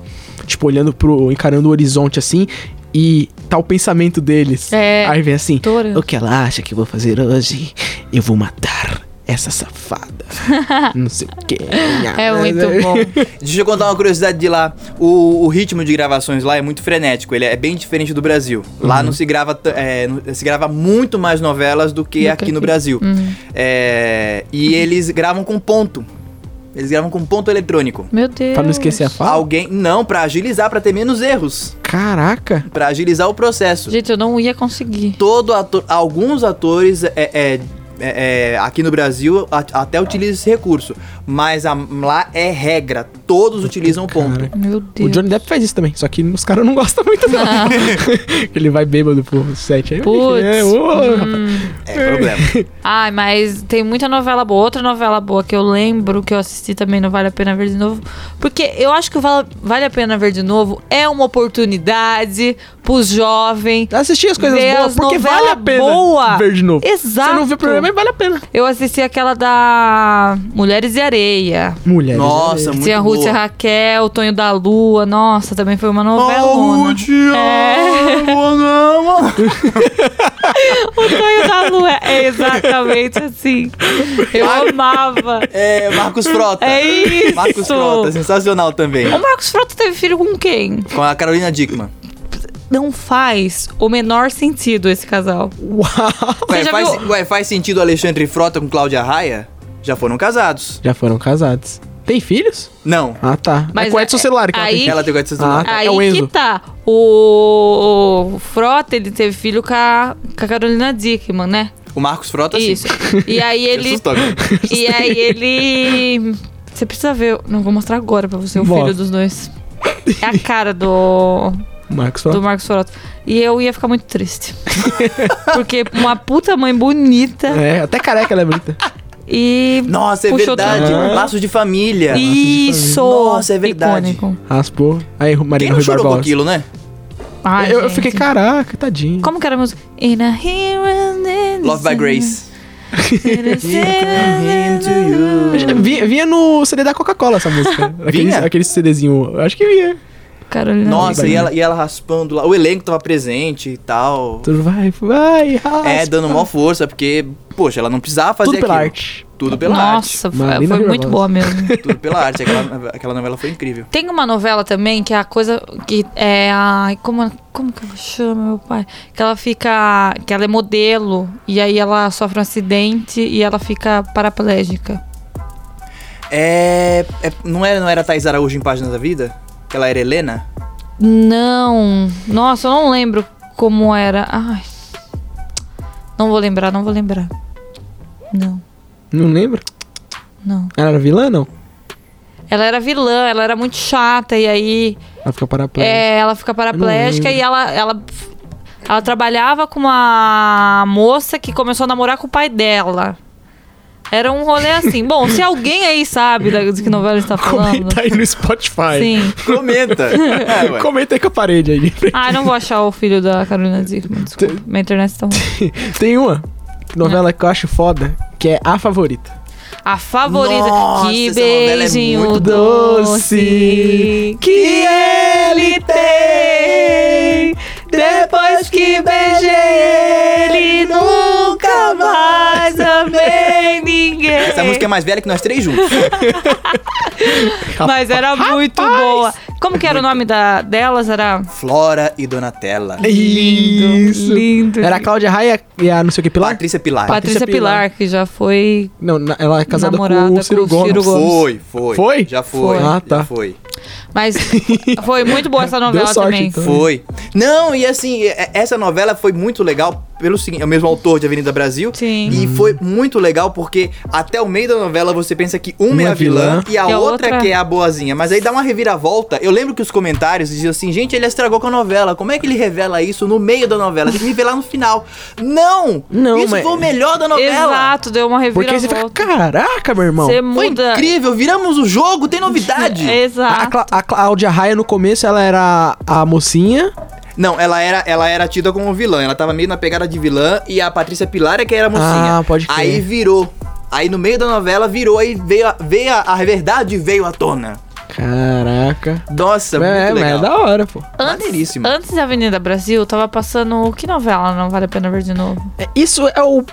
Speaker 1: tipo, olhando pro. encarando o horizonte assim. E tá o pensamento deles.
Speaker 2: É.
Speaker 1: Aí vem assim:
Speaker 2: Doutora.
Speaker 1: O que ela acha que eu vou fazer hoje? Eu vou matar essa safada. Não sei o que.
Speaker 2: É muito bom.
Speaker 3: Deixa eu contar uma curiosidade de lá. O, o ritmo de gravações lá é muito frenético. Ele é bem diferente do Brasil. Lá não se grava, t- é, não- se grava muito mais novelas do que aqui Uhum. no Brasil. É, e eles gravam com ponto. Eles gravam com ponto eletrônico.
Speaker 2: Meu Deus.
Speaker 1: Pra não esquecer a fala?
Speaker 3: Alguém não pra agilizar, pra ter menos erros,
Speaker 1: Caraca!
Speaker 3: Pra agilizar o processo.
Speaker 2: Gente, eu não ia conseguir.
Speaker 3: Todo ator, alguns atores é, é- é- é, aqui no Brasil a- até utilizam esse recurso, mas a- lá é regra. Todos utilizam o ponto.
Speaker 2: Meu
Speaker 1: O
Speaker 2: Deus.
Speaker 1: Johnny Depp faz isso também, só que os caras não gostam muito, não. Ele vai bêbado pro set aí.
Speaker 2: Putz. Hum.
Speaker 1: É, ô, rapaz.
Speaker 3: É problema.
Speaker 2: Ai, mas tem muita novela boa. Outra novela boa que eu lembro que eu assisti também no Vale a Pena Ver de Novo. Porque eu acho que o Val- Vale a Pena Ver de Novo é uma oportunidade pro jovem.
Speaker 1: Assistir as coisas
Speaker 2: Ver
Speaker 1: boas,
Speaker 2: as
Speaker 1: porque vale a
Speaker 2: novela
Speaker 1: pena
Speaker 2: boa.
Speaker 1: ver de novo.
Speaker 2: Exato.
Speaker 1: Você não viu o programa, mas vale a pena.
Speaker 2: Eu assisti aquela da Mulheres de Areia.
Speaker 1: Mulheres.
Speaker 3: Nossa, muito
Speaker 2: Tinha a Ruth e a
Speaker 3: boa.
Speaker 2: Raquel, Tonho da Lua. Nossa, também foi uma novela. É. O Tonho da Lua é exatamente assim. Eu amava.
Speaker 3: É, Marcos Frota.
Speaker 2: É isso.
Speaker 3: Marcos Frota, sensacional também.
Speaker 2: O Marcos Frota teve filho com quem?
Speaker 3: Com a Carolina Dickman.
Speaker 2: Não faz o menor sentido esse casal. Você
Speaker 3: Ué
Speaker 2: já
Speaker 3: faz,
Speaker 2: viu-
Speaker 3: ué, faz sentido Alexandre Frota com Cláudia Raia? Já foram casados.
Speaker 1: Já foram casados. Tem filhos?
Speaker 3: Não.
Speaker 1: Ah, tá.
Speaker 2: Mas
Speaker 1: é com o
Speaker 2: é-
Speaker 1: Edson Celular que ela
Speaker 2: aí-
Speaker 1: tem.
Speaker 3: Ela tem quantos
Speaker 1: Ah, tá.
Speaker 2: Aí
Speaker 1: é o
Speaker 2: que
Speaker 1: Enzo.
Speaker 2: tá. O, o Frota, ele teve filho com a, com a Carolina Dickman, né?
Speaker 3: O Marcos Frota, sim.
Speaker 2: Isso. E aí ele.
Speaker 3: Assustou agora.
Speaker 2: E aí ele. Você precisa ver. Não vou mostrar agora pra você o
Speaker 1: Mostra.
Speaker 2: filho dos dois. É a cara do,
Speaker 1: Marcos
Speaker 2: do
Speaker 1: falou.
Speaker 2: Marcos Frota. E eu ia ficar muito triste. Porque uma puta mãe bonita
Speaker 1: É, até careca ela é bonita.
Speaker 2: e.
Speaker 3: Nossa, é
Speaker 2: Puxou
Speaker 3: verdade.
Speaker 1: tudo.
Speaker 3: Laços de família.
Speaker 2: Isso!
Speaker 3: Nossa, é verdade.
Speaker 2: Icônico.
Speaker 1: Raspou. Aí,
Speaker 3: Quem
Speaker 1: Marina
Speaker 3: não
Speaker 1: Rui
Speaker 3: chorou com
Speaker 1: Barbosa.
Speaker 3: aquilo, né?
Speaker 2: Ai,
Speaker 1: Eu, eu
Speaker 2: gente.
Speaker 1: fiquei, caraca, tadinho.
Speaker 2: Como que era a música? In a hero and
Speaker 3: Love by Grace.
Speaker 1: Vinha, vinha no CD da Coca-Cola essa música. Aquele,
Speaker 3: Vinha?
Speaker 1: aquele CDzinho. eu Acho que vinha.
Speaker 2: Carolina.
Speaker 3: Nossa,
Speaker 1: Sim.
Speaker 3: e ela, e ela raspando lá. O elenco tava presente e tal.
Speaker 1: Tudo vai, vai, raspa.
Speaker 3: É, dando mó força, porque, poxa, ela não precisava fazer
Speaker 1: Tudo pela
Speaker 3: aquilo.
Speaker 1: arte.
Speaker 3: Tudo pela arte.
Speaker 2: Nossa, foi-
Speaker 1: Marina
Speaker 2: foi muito
Speaker 1: Barbosa.
Speaker 2: boa mesmo.
Speaker 3: Tudo pela arte. Aquela, aquela novela foi incrível.
Speaker 2: Tem uma novela também que é a coisa que é a. Como, como que eu chamo meu pai? Que ela fica. Que ela é modelo e aí ela sofre um acidente e ela fica paraplégica.
Speaker 3: É, é- não, era, não era Thais Araújo em Páginas da Vida? Que ela era Helena?
Speaker 2: Não. Nossa, eu não lembro como era. Ai. Não vou lembrar, não vou lembrar. Não,
Speaker 1: Não lembro.
Speaker 2: não.
Speaker 1: Ela era vilã, não?
Speaker 2: Ela era vilã, ela era muito chata e aí
Speaker 1: Ela fica paraplégica.
Speaker 2: É, ela fica paraplégica
Speaker 1: lembro.
Speaker 2: e ela, ela. Ela trabalhava com uma moça que começou a namorar com o pai dela. Era um rolê assim. Bom, se alguém aí sabe da- de que novela está falando.
Speaker 1: Comenta aí no Spotify.
Speaker 2: Sim.
Speaker 3: Comenta. É, ué.
Speaker 1: Comenta aí com a parede aí.
Speaker 2: Ah, não vou achar o filho da Carolina Dickman, desculpa. Minha internet tá ruim.
Speaker 1: Tem uma novela que eu acho foda, que é A Favorita.
Speaker 2: A favorita.
Speaker 3: Nossa,
Speaker 2: que
Speaker 3: essa novela é
Speaker 2: beijinho
Speaker 3: muito
Speaker 2: doce.
Speaker 1: que ele tem,
Speaker 2: Depois que beijei ele, nunca mais amei ninguém.
Speaker 3: Essa música é mais velha que nós três juntos.
Speaker 1: é
Speaker 2: Mas era muito boa. Como que era o nome da, delas? Era.
Speaker 3: Flora e Donatella.
Speaker 2: Lindo,
Speaker 1: Isso.
Speaker 2: lindo.
Speaker 1: Era a Cláudia Raia e a não sei o que Pilar?
Speaker 3: Patrícia Pilar.
Speaker 2: Patrícia
Speaker 1: Patrícia
Speaker 2: Pilar,
Speaker 1: Pilar.
Speaker 2: que já foi.
Speaker 1: Não, na- ela é casada
Speaker 2: Namorada
Speaker 1: com
Speaker 2: com
Speaker 1: o Ciro
Speaker 2: o
Speaker 1: Gomes.
Speaker 2: Ciro Gomes.
Speaker 3: Foi, foi.
Speaker 1: Foi?
Speaker 3: Já foi.
Speaker 1: Foi.
Speaker 3: já
Speaker 1: Ah, tá.
Speaker 3: Foi.
Speaker 2: Mas foi muito boa essa novela
Speaker 1: Deu sorte,
Speaker 2: também.
Speaker 1: então.
Speaker 3: Foi. Não, e assim, e- essa novela foi muito legal pelo seguinte, é o mesmo autor de Avenida Brasil.
Speaker 2: Sim.
Speaker 3: E foi muito legal porque até o meio da novela você pensa que uma, é a vilã, e a outra, que é a boazinha. Mas aí dá uma reviravolta. Eu lembro que os comentários diziam assim, gente, ele estragou com a novela. Como é que ele revela isso no meio da novela? Tem que revelar no final. Não!
Speaker 1: Não,
Speaker 3: Isso
Speaker 1: mas-
Speaker 3: foi o melhor da novela.
Speaker 2: Exato, deu uma
Speaker 1: Porque aí você
Speaker 2: reviravolta.
Speaker 1: fica, caraca, meu irmão.
Speaker 2: Você
Speaker 3: Foi
Speaker 2: muda. É,
Speaker 3: incrível, viramos o jogo, tem novidade.
Speaker 1: A,
Speaker 2: Exato.
Speaker 1: Clá- a Cláudia Raia no começo ela era a mocinha.
Speaker 3: Não, ela era, ela era tida como vilã. Ela tava meio na pegada de vilã e a Patrícia Pilar é que era a mocinha.
Speaker 1: Ah, pode crer.
Speaker 3: Aí virou. Aí no meio da novela virou, aí veio a, veio a, a verdade veio à tona.
Speaker 1: Caraca.
Speaker 3: Nossa,
Speaker 1: é,
Speaker 3: muito
Speaker 1: mas é
Speaker 3: legal.
Speaker 1: da hora, pô.
Speaker 2: Antes,
Speaker 3: maneiríssimo.
Speaker 2: antes da Avenida Brasil, tava passando. Que novela? Não vale a pena ver de novo.
Speaker 1: É, Isso é o.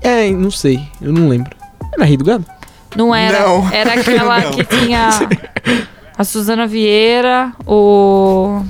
Speaker 1: É, não sei. Eu não lembro. Era Rio do Gado?
Speaker 2: Não era.
Speaker 3: Não.
Speaker 2: Era aquela que tinha a Suzana Vieira, o.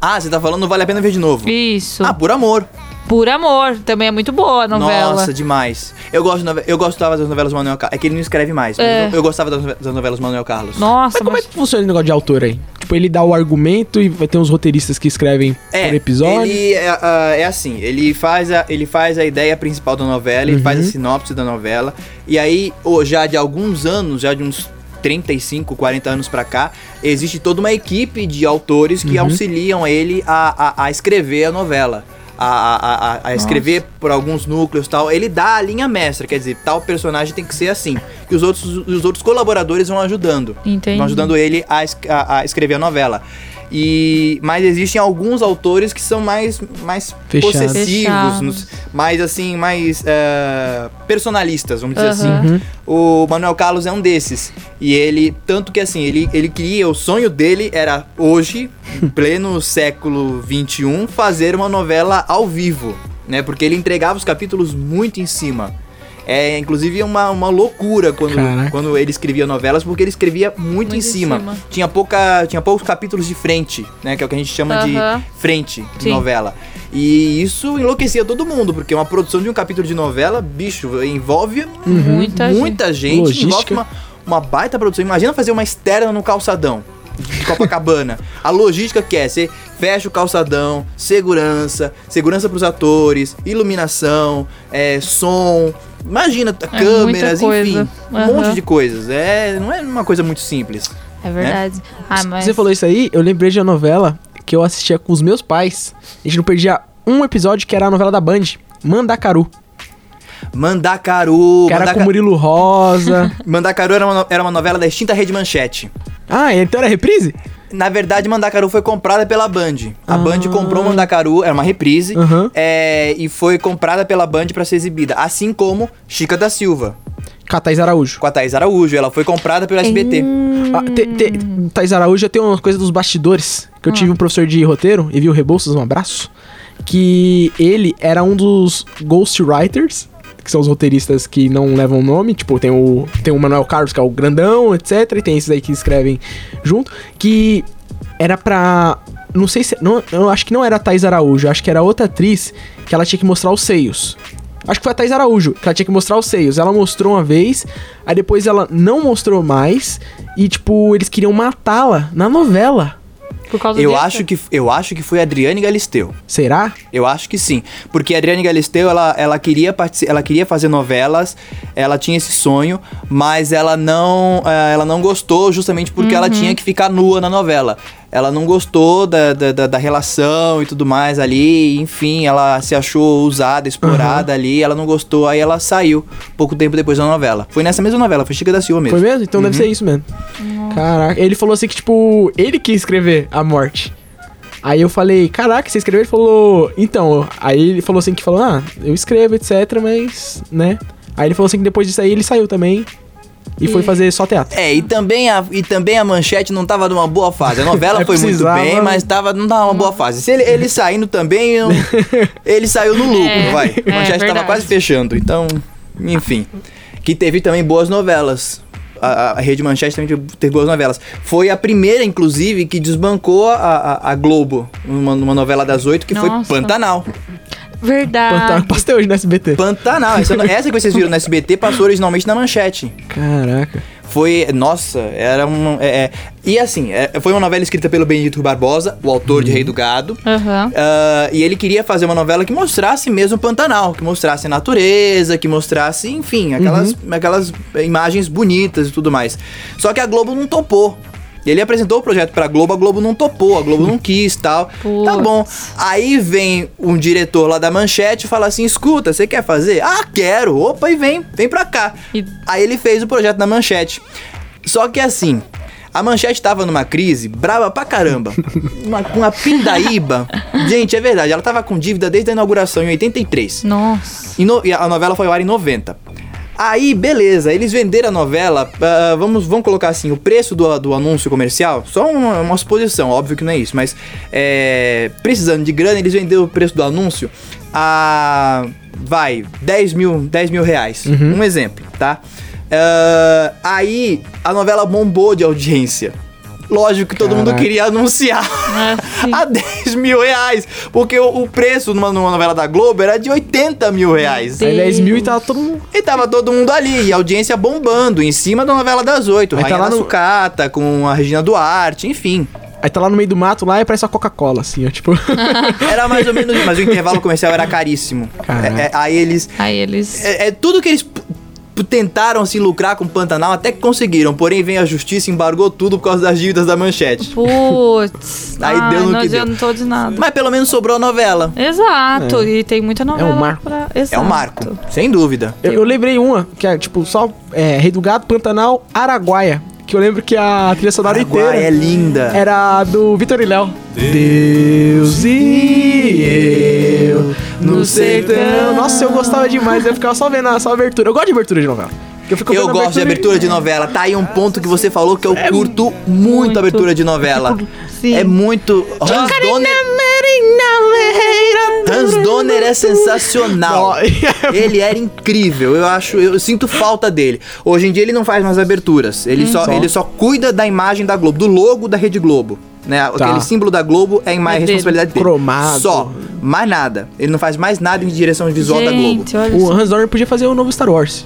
Speaker 3: Ah, você tá falando não vale a pena ver de novo.
Speaker 2: Isso.
Speaker 3: Ah, por amor.
Speaker 2: Por amor. Também é muito boa a novela.
Speaker 3: Nossa, demais. Eu gosto de nove- eu gostava das novelas do Manuel Carlos. É que ele não escreve mais. mas
Speaker 2: É.
Speaker 3: Eu, eu gostava das, nove- das novelas do Manuel Carlos.
Speaker 2: Nossa,
Speaker 1: Mas como é
Speaker 2: mas-
Speaker 1: que funciona o negócio de autor aí? Tipo, ele dá o argumento e vai ter uns roteiristas que escrevem por episódio.
Speaker 3: É, Ele é, ah, é assim, ele faz, a, ele faz a ideia principal da novela, ele
Speaker 1: Uhum.
Speaker 3: faz a sinopse da novela, e aí, ô, já de alguns anos, já de uns 35, 40 anos pra cá, existe toda uma equipe de autores
Speaker 1: Uhum.
Speaker 3: que auxiliam ele a, a, a escrever a novela. A, a- a- a escrever por alguns núcleos e tal, ele dá a linha mestra, quer dizer, tal personagem tem que ser assim. E os outros, os outros colaboradores vão ajudando.
Speaker 2: Entendi.
Speaker 3: Vão ajudando ele a, es- a- a escrever a novela. E mas existem alguns autores que são mais mais
Speaker 1: Fechados.
Speaker 3: possessivos,
Speaker 2: Fechados.
Speaker 3: nos- mais assim, mais é, personalistas, vamos dizer
Speaker 2: Aham.
Speaker 3: assim. O Manuel Carlos é um desses. E ele tanto que assim, ele ele queria, o sonho dele era hoje, em pleno século 21, fazer uma novela ao vivo, né? Porque ele entregava os capítulos muito em cima. É, inclusive, uma, uma loucura quando,
Speaker 1: Caraca.
Speaker 3: quando ele escrevia novelas, porque ele escrevia muito, em,
Speaker 2: em
Speaker 3: cima.
Speaker 2: cima.
Speaker 3: Tinha, pouca, tinha poucos capítulos de frente, né? Que é o que a gente chama
Speaker 2: Aham.
Speaker 3: de frente de
Speaker 2: Sim.
Speaker 3: novela. E isso enlouquecia todo mundo, porque uma produção de um capítulo de novela, bicho, envolve
Speaker 2: Muita gente.
Speaker 3: muita gente,
Speaker 1: Logística.
Speaker 3: envolve uma, uma baita produção. Imagina fazer uma externa no calçadão. De Copacabana. A logística que é, você fecha o calçadão, segurança, segurança pros atores, iluminação, é, som, imagina, câmeras, enfim,
Speaker 2: É, coisa.
Speaker 3: um monte
Speaker 2: Aham.
Speaker 3: de coisas. É, não é uma coisa muito simples.
Speaker 2: É verdade.
Speaker 3: né?
Speaker 2: Ah, mas.
Speaker 1: Você falou isso aí, eu lembrei de uma novela que eu assistia com os meus pais. A gente não perdia um episódio que era a novela da Band, Mandacaru.
Speaker 3: Mandacaru.
Speaker 1: Que era com
Speaker 3: Mandaca-
Speaker 1: Murilo Rosa.
Speaker 3: Mandacaru era uma, no- era uma novela da extinta Rede Manchete.
Speaker 1: ah, então era reprise?
Speaker 3: Na verdade, Mandacaru foi comprada pela Band. A Band
Speaker 2: Ah.
Speaker 3: comprou Mandacaru, era uma reprise,
Speaker 1: Aham.
Speaker 3: é, e foi comprada pela Band pra ser exibida. Assim como Chica da Silva,
Speaker 1: Catais Araújo.
Speaker 3: com a Thaís Araújo. Ela foi comprada pelo SBT.
Speaker 1: Ah, te, te- Thaís Araújo, eu tenho uma coisa dos bastidores. Que eu tive um professor de roteiro, e viu Rebouças, um abraço. Que ele era um dos ghostwriters, que são os roteiristas que não levam nome. Tipo, tem o, tem o Manuel Carlos, que é o grandão, etc. E tem esses aí que escrevem junto. Que era pra. Não sei se. Não, eu acho que não era a Thaís Araújo, eu acho que era outra atriz que ela tinha que mostrar os seios. Acho que foi a Thaís Araújo, que ela tinha que mostrar os seios. Ela mostrou uma vez, aí depois ela não mostrou mais. E, tipo, eles queriam matá-la na novela.
Speaker 2: Por causa
Speaker 3: eu
Speaker 2: dessa?
Speaker 3: acho que Eu acho que foi a Adriane Galisteu.
Speaker 1: Será?
Speaker 3: Eu acho que sim, porque a Adriane Galisteu, ela, ela, queria partici- ela queria fazer novelas, ela tinha esse sonho, mas ela não, eh, ela não gostou justamente porque ela tinha que ficar nua na novela. Ela não gostou da, da, da- da relação e tudo mais ali, enfim, ela se achou usada, explorada ali, ela não gostou, aí ela saiu pouco tempo depois da novela. Foi nessa mesma novela, foi Chica da Silva mesmo. Uhum.
Speaker 1: Foi mesmo? Então deve ser isso mesmo. Caraca, ele falou assim que, tipo, ele quis escrever a morte. Aí eu falei, caraca, você escreveu? Ele falou, então. Aí ele falou assim que falou, ah, eu escrevo, etc, mas, né? Aí ele falou assim que depois disso aí ele saiu também e, foi fazer só teatro.
Speaker 3: É, e também, a, e também a manchete não tava numa boa fase. A novela
Speaker 1: É,
Speaker 3: foi muito
Speaker 1: precisava-
Speaker 3: bem, mas tava, não tava numa boa fase. Se ele, ele saindo também, eu- ele saiu no lucro,
Speaker 2: É,
Speaker 3: vai.
Speaker 2: é,
Speaker 3: A manchete tava
Speaker 2: verdade.
Speaker 3: quase fechando, então, enfim. Que teve também boas novelas. A, a- a Rede Manchete também teve- teve boas novelas. Foi a primeira, inclusive, que desbancou a, a- a Globo numa, numa novela das oito, que
Speaker 2: Nossa.
Speaker 3: foi Pantanal.
Speaker 1: Plantaram
Speaker 2: Verdade.
Speaker 1: pastel hoje no SBT.
Speaker 3: Pantanal, essa, essa que vocês viram no SBT passou originalmente na Manchete.
Speaker 1: Caraca.
Speaker 3: Foi, nossa, era um. É, é. e assim, é, foi uma novela escrita pelo Benedito Barbosa, o autor de Rei do Gado.
Speaker 2: Aham.
Speaker 3: Ah, e ele queria fazer uma novela que mostrasse mesmo o Pantanal, que mostrasse a natureza, que mostrasse, enfim, aquelas, aquelas imagens bonitas e tudo mais. Só que a Globo não topou. E ele apresentou o projeto pra Globo, a Globo não topou, a Globo não quis tal. Tá bom. Aí vem um diretor lá da manchete e fala assim: escuta, você quer fazer? Ah, quero! Opa, e vem, vem pra cá.
Speaker 2: E-
Speaker 3: Aí ele fez o projeto da manchete. Só que assim, a manchete tava numa crise brava pra caramba. Uma, uma pindaíba. Gente, é verdade, ela tava com dívida desde a inauguração em 83.
Speaker 2: Nossa.
Speaker 3: E, no- e a novela foi ao ar em 90. Aí, beleza, eles venderam a novela. ah, vamos, vamos colocar assim: o preço do, do anúncio comercial, só uma, uma suposição, óbvio que não é isso, mas é, precisando de grana, eles venderam o preço do anúncio a. Vai, 10 mil, 10 mil reais. Um exemplo, tá? Ah, aí a novela bombou de audiência. Lógico que todo mundo
Speaker 1: Caraca.
Speaker 3: queria anunciar
Speaker 2: Assim.
Speaker 3: a 10 mil reais. Porque o, o preço numa, numa novela da Globo era de 80 mil reais.
Speaker 2: Deus.
Speaker 1: Aí 10 mil e tava todo mundo.
Speaker 3: E tava todo mundo ali, e a audiência bombando, em cima da novela das oito.
Speaker 1: Aí tá
Speaker 3: Rainha
Speaker 1: lá
Speaker 3: da
Speaker 1: no-
Speaker 3: Sucata, com a Regina Duarte, enfim.
Speaker 1: Aí tá lá no meio do mato lá e parece a Coca-Cola, assim, ó, tipo.
Speaker 3: Era mais ou menos isso, mas o intervalo comercial era caríssimo.
Speaker 1: Caraca.
Speaker 3: É- é- aí eles...
Speaker 2: Aí eles.
Speaker 3: É, é tudo que eles p- p- tentaram se lucrar com o Pantanal, até que conseguiram. Porém, vem a justiça, e embargou tudo por causa das dívidas da manchete.
Speaker 2: Putz.
Speaker 3: Aí
Speaker 2: ai,
Speaker 3: deu no
Speaker 2: não
Speaker 3: que deu.
Speaker 2: adiantou de nada.
Speaker 3: Mas pelo menos sobrou a novela.
Speaker 2: Exato. E tem muita novela.
Speaker 1: marco.
Speaker 2: pra-
Speaker 3: É
Speaker 2: Exato.
Speaker 3: um marco, sem dúvida.
Speaker 1: Eu, eu lembrei uma, que é tipo só é, Rei do Gato, Pantanal, Araguaia. Que eu lembro que a trilha sonora
Speaker 3: Araguaia
Speaker 1: inteira
Speaker 3: é linda.
Speaker 1: era do Vitor e Léo. Deus e eu
Speaker 2: no sertão.
Speaker 1: Nossa, eu gostava demais. Eu ficava só vendo a só a abertura. Eu gosto de abertura de novela. Eu, fico
Speaker 3: Eu
Speaker 1: vendo a
Speaker 3: gosto de abertura de novela. Tá aí um ponto que você falou que eu curto muito
Speaker 2: muito.
Speaker 3: a abertura de novela.
Speaker 2: Sim.
Speaker 3: É muito. Hans Donner. Hans Donner é sensacional.
Speaker 1: Ó,
Speaker 3: ele era incrível. Eu acho, eu sinto falta dele. Hoje em dia ele não faz mais aberturas. Ele só, ele só cuida da imagem da Globo, do logo da Rede Globo. Né? Aquele símbolo da Globo é a ima-
Speaker 2: É dele.
Speaker 3: responsabilidade dele.
Speaker 1: Cromado.
Speaker 3: Só. Mais nada. Ele não faz mais nada em direção visual da Globo.
Speaker 2: Gente, olha
Speaker 1: O
Speaker 2: só.
Speaker 1: Hans Donner podia fazer o novo Star Wars.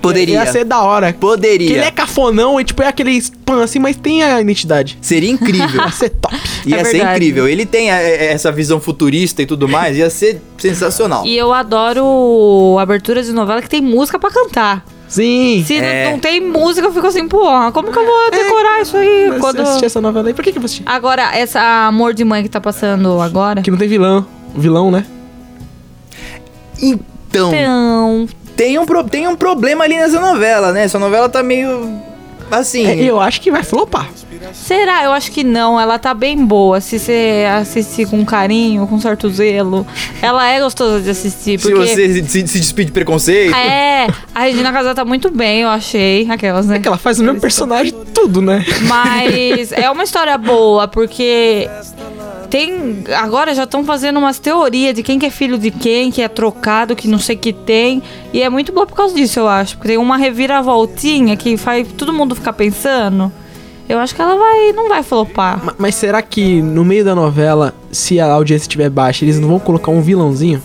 Speaker 3: Poderia.
Speaker 1: Ia ser da hora.
Speaker 3: Poderia.
Speaker 1: Que ele é cafonão e tipo é aquele spam assim, mas tem a identidade.
Speaker 3: Seria incrível.
Speaker 1: Ia ser top.
Speaker 3: Ia
Speaker 2: É
Speaker 3: ser
Speaker 2: verdade.
Speaker 3: incrível. Ele tem é, é, essa visão futurista e tudo mais, ia ser sensacional.
Speaker 2: E eu adoro abertura de novela que tem música pra cantar.
Speaker 1: Sim.
Speaker 2: Se
Speaker 3: É.
Speaker 2: não tem música, eu fico assim, porra, como que eu vou decorar isso aí?
Speaker 1: Mas
Speaker 2: quando...
Speaker 1: Eu assisti essa novela aí. Por que, que eu assisti?
Speaker 2: Agora, essa Amor de Mãe que tá passando agora.
Speaker 1: Que não tem vilão. Vilão, né?
Speaker 3: Então,
Speaker 2: Então,
Speaker 3: tem um, pro- tem um problema ali nessa novela, né? Essa novela tá meio. Assim.
Speaker 1: É, eu acho que vai flopar.
Speaker 2: será? Eu acho que não. Ela tá bem boa. Se você assistir com carinho, com certo zelo. Ela é gostosa de assistir.
Speaker 3: se
Speaker 2: Porque
Speaker 3: você se, se despide de preconceito.
Speaker 2: É, a Regina Casal tá muito bem, eu achei. Aquelas, né?
Speaker 1: É que ela faz o mesmo personagem tudo, né?
Speaker 2: Mas é uma história boa, porque tem. Agora já estão fazendo umas teorias de quem que é filho de quem, que é trocado, que não sei que tem. E é muito boa por causa disso, eu acho. Porque tem uma reviravoltinha que faz todo mundo ficar pensando. Eu acho que ela vai. não vai flopar.
Speaker 1: Ma- Mas será que no meio da novela, se a audiência estiver baixa, eles não vão colocar um vilãozinho?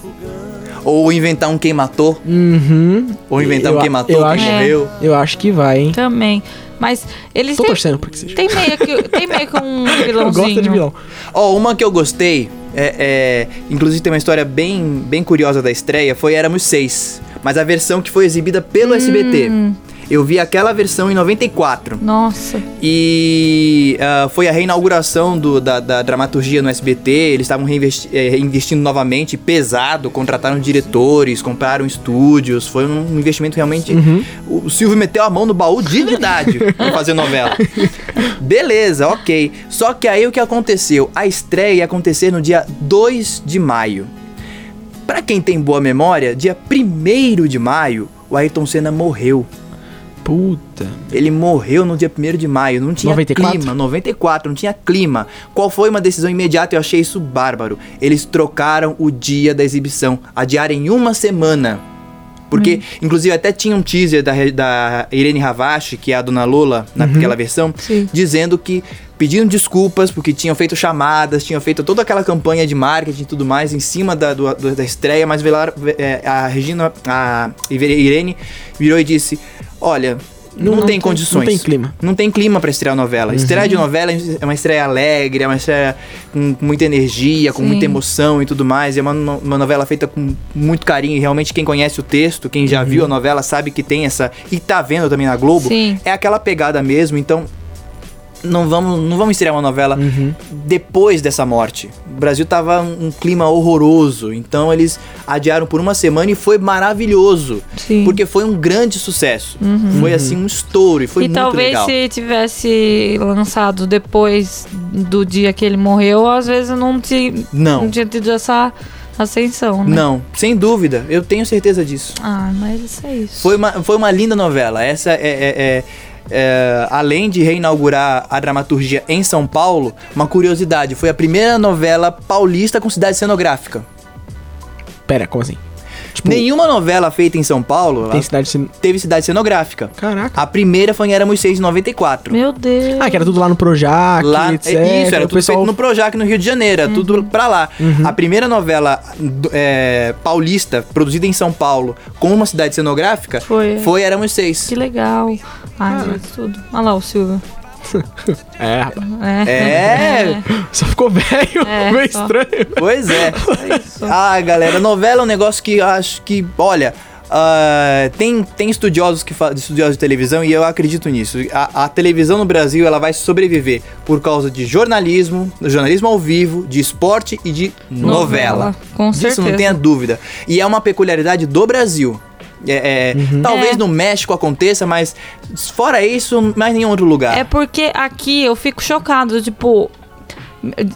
Speaker 3: Ou inventar um quem matou.
Speaker 1: Uhum.
Speaker 3: Ou inventar
Speaker 1: Eu
Speaker 3: um
Speaker 1: a-
Speaker 3: quem matou,
Speaker 1: eu
Speaker 3: quem
Speaker 1: acho-
Speaker 2: é.
Speaker 3: morreu.
Speaker 1: Eu acho que vai, hein?
Speaker 2: Também. Mas eles
Speaker 1: Tô
Speaker 2: têm-
Speaker 1: torcendo pra que seja.
Speaker 2: Tem meio que, tem meio que um
Speaker 1: Eu
Speaker 2: vilãozinho.
Speaker 1: gosto de vilão.
Speaker 3: Ó, uma que eu gostei, é, é- inclusive tem uma história bem, bem curiosa da estreia, foi Éramos Seis. Mas a versão que foi exibida pelo SBT.
Speaker 2: Hum.
Speaker 3: Eu vi aquela versão em 94.
Speaker 2: Nossa.
Speaker 3: E ah, foi a reinauguração do- da, da dramaturgia no SBT. Eles estavam reinvesti- eh, reinvestindo novamente, pesado. Contrataram diretores, compraram estúdios. Foi um investimento realmente. O Silvio meteu a mão no baú de verdade pra fazer novela. Beleza, ok. Só que aí o que aconteceu? A estreia ia acontecer no dia 2 de maio. Pra quem tem boa memória, dia 1 de maio, o Ayrton Senna morreu.
Speaker 1: Puta.
Speaker 3: Ele morreu no dia 1 de maio, não tinha
Speaker 1: 94?
Speaker 3: clima, 94, não tinha clima. Qual foi uma decisão imediata? Eu achei isso bárbaro. Eles trocaram o dia da exibição, adiaram em uma semana. Porque, inclusive, até tinha um teaser da, re- da Irene Ravache, que é a dona Lola, naquela versão,
Speaker 2: Sim.
Speaker 3: dizendo que pedindo desculpas porque tinham feito chamadas, tinham feito toda aquela campanha de marketing e tudo mais em cima da, do- do- da estreia, mas velaram- ve- é, a Regina, a Irene virou e disse: Olha.
Speaker 1: Não-
Speaker 3: Não,
Speaker 1: não
Speaker 3: tem,
Speaker 1: tem-
Speaker 3: condições.
Speaker 1: não tem clima.
Speaker 3: Não tem clima pra estrear novela. Estreia de novela é uma estreia alegre, é uma estreia com com muita energia, com
Speaker 2: Sim.
Speaker 3: muita emoção e tudo mais. É uma, no- uma novela feita com muito carinho. E realmente quem conhece o texto, quem já viu a novela, sabe que tem essa. E tá vendo também na Globo.
Speaker 2: Sim.
Speaker 3: É aquela pegada mesmo. Então. Não vamos, não vamos estrear uma novela depois dessa morte. O Brasil tava um, um clima horroroso, então eles adiaram por uma semana e foi maravilhoso.
Speaker 2: Sim.
Speaker 3: Porque foi um grande sucesso. Foi assim um estouro e foi
Speaker 2: e
Speaker 3: muito
Speaker 2: talvez
Speaker 3: legal.
Speaker 2: se tivesse lançado depois do dia que ele morreu, às vezes não, ti,
Speaker 3: Não.
Speaker 2: não tinha tido essa ascensão, né?
Speaker 3: Não, sem dúvida, eu tenho certeza disso.
Speaker 2: Ah, mas isso é isso.
Speaker 3: Foi uma, foi uma linda novela. Essa é, é- é- é, Além de reinaugurar a dramaturgia em São Paulo, uma curiosidade: foi a primeira novela paulista com cidade cenográfica.
Speaker 1: Pera, como assim? Tipo,
Speaker 3: Nenhuma novela feita em São Paulo
Speaker 1: tem
Speaker 3: ela
Speaker 1: cidade sem...
Speaker 3: teve cidade cenográfica.
Speaker 1: Caraca.
Speaker 3: A primeira foi em Éramos 6 de 94.
Speaker 2: Meu Deus.
Speaker 1: Ah, que era tudo lá no Projac,
Speaker 3: Lá, é,
Speaker 1: etc.
Speaker 3: isso, era
Speaker 1: é, O
Speaker 3: tudo feito no Projac, no Rio de Janeiro, era tudo pra lá. A primeira novela do- é, paulista, produzida em São Paulo, com uma cidade cenográfica,
Speaker 2: Foi.
Speaker 3: foi Éramos Seis.
Speaker 2: Que legal. Ah, gente, tudo. Olha lá o Silvio.
Speaker 1: É, rapaz.
Speaker 3: É,
Speaker 1: Só ficou velho,
Speaker 2: É,
Speaker 1: meio
Speaker 2: só.
Speaker 1: estranho.
Speaker 3: pois é. ah, galera, novela é um negócio que acho que, olha, ah, tem, tem estudiosos, que fa- estudiosos de televisão e eu acredito nisso. A, a televisão no Brasil ela vai sobreviver por causa de jornalismo, do jornalismo ao vivo, de esporte e de novela.
Speaker 2: Com
Speaker 3: Disso
Speaker 2: certeza.
Speaker 3: não tenha dúvida. E é uma peculiaridade do Brasil. É, é, Talvez
Speaker 2: É.
Speaker 3: no México aconteça, mas fora isso, mais nenhum outro lugar.
Speaker 2: É porque aqui eu fico chocado, tipo.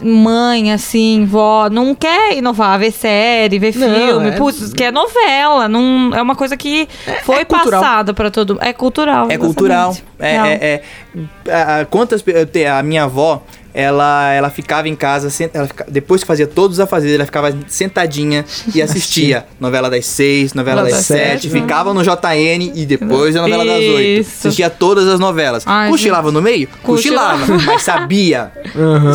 Speaker 2: Mãe, assim, vó, não quer inovar, ver série, ver
Speaker 1: Não,
Speaker 2: filme,
Speaker 1: é-
Speaker 2: putz, quer novela, não, é uma coisa que foi
Speaker 1: cultural.
Speaker 2: passada pra todo mundo. É cultural.
Speaker 3: É cultural.
Speaker 2: exatamente.
Speaker 3: É,
Speaker 2: Real.
Speaker 3: é- é- a- a- quantas pe- eu te- a minha avó, ela ela ficava em casa, sen- ela fica- depois que fazia todos os afazeres, ela ficava sentadinha e assistia novela das seis, novela das,
Speaker 2: Das
Speaker 3: sete,
Speaker 2: sete, né?
Speaker 3: ficava no JN e depois a novela das oito.
Speaker 2: Isso.
Speaker 3: Assistia todas as novelas.
Speaker 2: Ai,
Speaker 3: cochilava no meio?
Speaker 2: Cochilava.
Speaker 3: Cochilava, mas sabia.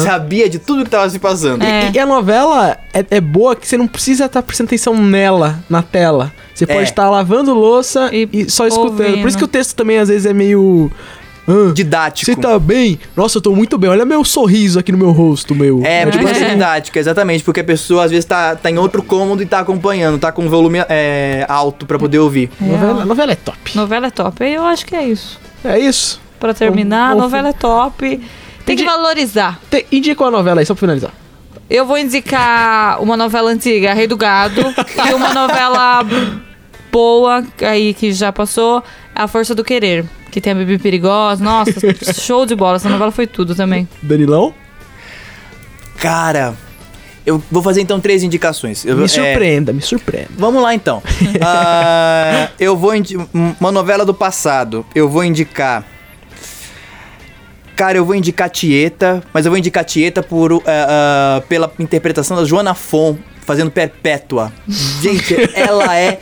Speaker 3: Sabia de tudo que tava se passando.
Speaker 2: É.
Speaker 1: E a novela é, é boa que você não precisa estar prestando atenção nela, na tela. Você pode
Speaker 3: É.
Speaker 1: estar lavando louça e,
Speaker 2: E
Speaker 1: só escutando. Por isso
Speaker 2: ouvindo.
Speaker 1: que o texto também às vezes é meio. "Ah,
Speaker 3: Didático.
Speaker 1: Você tá bem? Nossa, eu tô muito bem. Olha meu sorriso aqui no meu rosto, meu.
Speaker 3: É,
Speaker 2: Né?
Speaker 3: tipo é. didática, exatamente, porque a pessoa às vezes tá, tá em outro cômodo e tá acompanhando, tá com o volume é, alto pra poder ouvir.
Speaker 1: Novela, novela é top.
Speaker 2: Novela é top. Eu acho que é isso.
Speaker 1: É isso.
Speaker 2: Pra terminar,
Speaker 1: Um- um-
Speaker 2: novela é top. Tem que
Speaker 1: Entendi.
Speaker 2: valorizar.
Speaker 1: Te, indica uma novela aí, só pra finalizar.
Speaker 2: Eu vou indicar uma novela antiga, Rei do Gado, e uma novela boa aí que já passou, A Força do Querer, que tem a Bibi Perigosa. Nossa, show de bola. Essa novela foi tudo também.
Speaker 1: Danilão?
Speaker 3: Cara, eu vou fazer então três indicações. Eu, é,
Speaker 1: Me surpreenda, me surpreenda.
Speaker 3: vamos lá então. Ah, eu vou indi- uma novela do passado. Eu vou indicar. Cara, eu vou indicar Tieta, mas eu vou indicar Tieta por, ah, ah, pela interpretação da Joana Fon fazendo Perpétua. Gente, ela é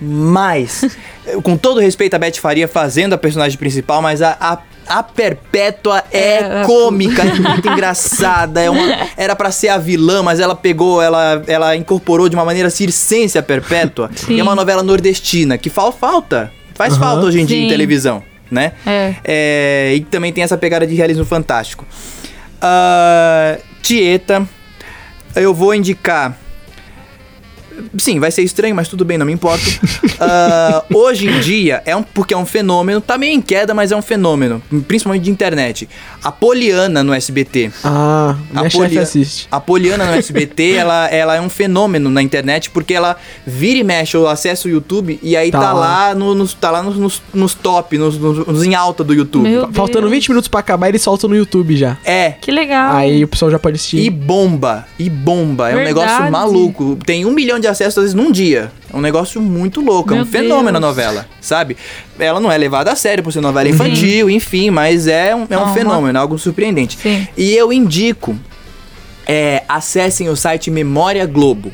Speaker 3: demais. Eu, Com todo respeito à Beth Faria fazendo a personagem principal, mas a, a, a Perpétua é,
Speaker 2: É,
Speaker 3: cômica, é muito engraçada. é uma- era pra ser a vilã, mas ela pegou, ela, ela incorporou de uma maneira circense a Perpétua.
Speaker 2: Sim.
Speaker 3: E é uma novela nordestina que fal, falta. Faz falta hoje em dia em
Speaker 2: Sim.
Speaker 3: televisão. né?
Speaker 2: É.
Speaker 3: É, e também tem essa pegada de realismo fantástico. Ah, Tieta, eu vou indicar. Sim, vai ser estranho, mas tudo bem, não me importo. Ah, hoje em dia, é um, porque é um fenômeno, tá meio em queda, mas é um fenômeno, principalmente de internet. A Poliana no SBT.
Speaker 1: Ah, minha
Speaker 3: A,
Speaker 1: chefe
Speaker 3: Polia-
Speaker 1: assiste.
Speaker 3: a Poliana no SBT, ela, ela é um fenômeno na internet, porque ela vira e mexe, eu acesso o YouTube e aí tá,
Speaker 1: Tá
Speaker 3: lá, no- nos, tá lá nos, nos, nos top, nos, nos- nos em alta do YouTube.
Speaker 2: Meu
Speaker 1: Faltando
Speaker 2: Deus.
Speaker 1: 20 minutos pra acabar, eles soltam no YouTube já.
Speaker 3: É.
Speaker 2: Que legal.
Speaker 1: Aí o pessoal já pode assistir.
Speaker 3: E bomba, e bomba. É um
Speaker 2: Verdade.
Speaker 3: negócio maluco. Tem um milhão de acessos, às vezes, num dia. É um negócio muito louco. é um
Speaker 2: Meu
Speaker 3: fenômeno
Speaker 2: Deus.
Speaker 3: a novela, sabe? Ela não é levada a sério por ser novela infantil, enfim, mas é um, é um
Speaker 2: Aham.
Speaker 3: fenômeno, algo surpreendente.
Speaker 2: Sim.
Speaker 3: E eu indico. é, acessem o site Memória Globo.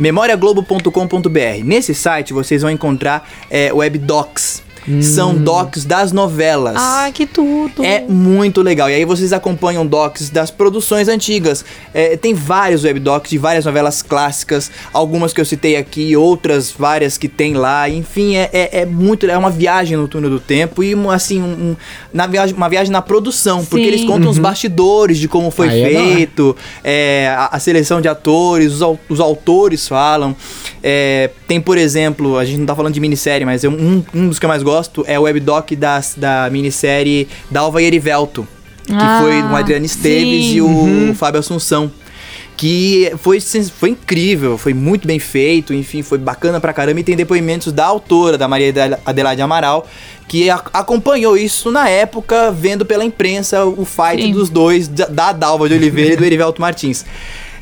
Speaker 1: Memória Globo.
Speaker 3: memoriaglobo.com.br. Nesse site vocês vão encontrar é, webdocs.
Speaker 2: Hum.
Speaker 3: São docs das novelas.
Speaker 2: Ah, que tudo.
Speaker 3: É muito legal. E aí vocês acompanham docs das produções antigas. É, tem vários webdocs de várias novelas clássicas, algumas que eu citei aqui, outras várias que tem lá. Enfim, é, é- é muito. É uma viagem no túnel do tempo e um, assim, um- um- na viagem, uma viagem na produção, porque
Speaker 2: Sim.
Speaker 3: eles contam os bastidores de como foi
Speaker 1: Aí é da hora.
Speaker 3: feito feito, é, a, a seleção de atores, os, au- os autores falam. É, tem, por exemplo, a gente não tá falando de minissérie, mas eu- um, um dos que eu mais gosto é o webdoc das, da minissérie Dalva e Erivelto, que
Speaker 2: Ah,
Speaker 3: foi com a Adriana Esteves
Speaker 2: sim.
Speaker 3: e o Fábio Assunção. Que foi, sens- foi incrível, foi muito bem feito, enfim, foi bacana pra caramba. E tem depoimentos da autora, da Maria Adela- Adelaide Amaral, que a- acompanhou isso na época, vendo pela imprensa o fight
Speaker 2: Sim.
Speaker 3: dos os dois, da- da Dalva de Oliveira e do Erivelto Martins.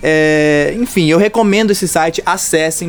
Speaker 3: É, enfim, eu recomendo esse site, acessem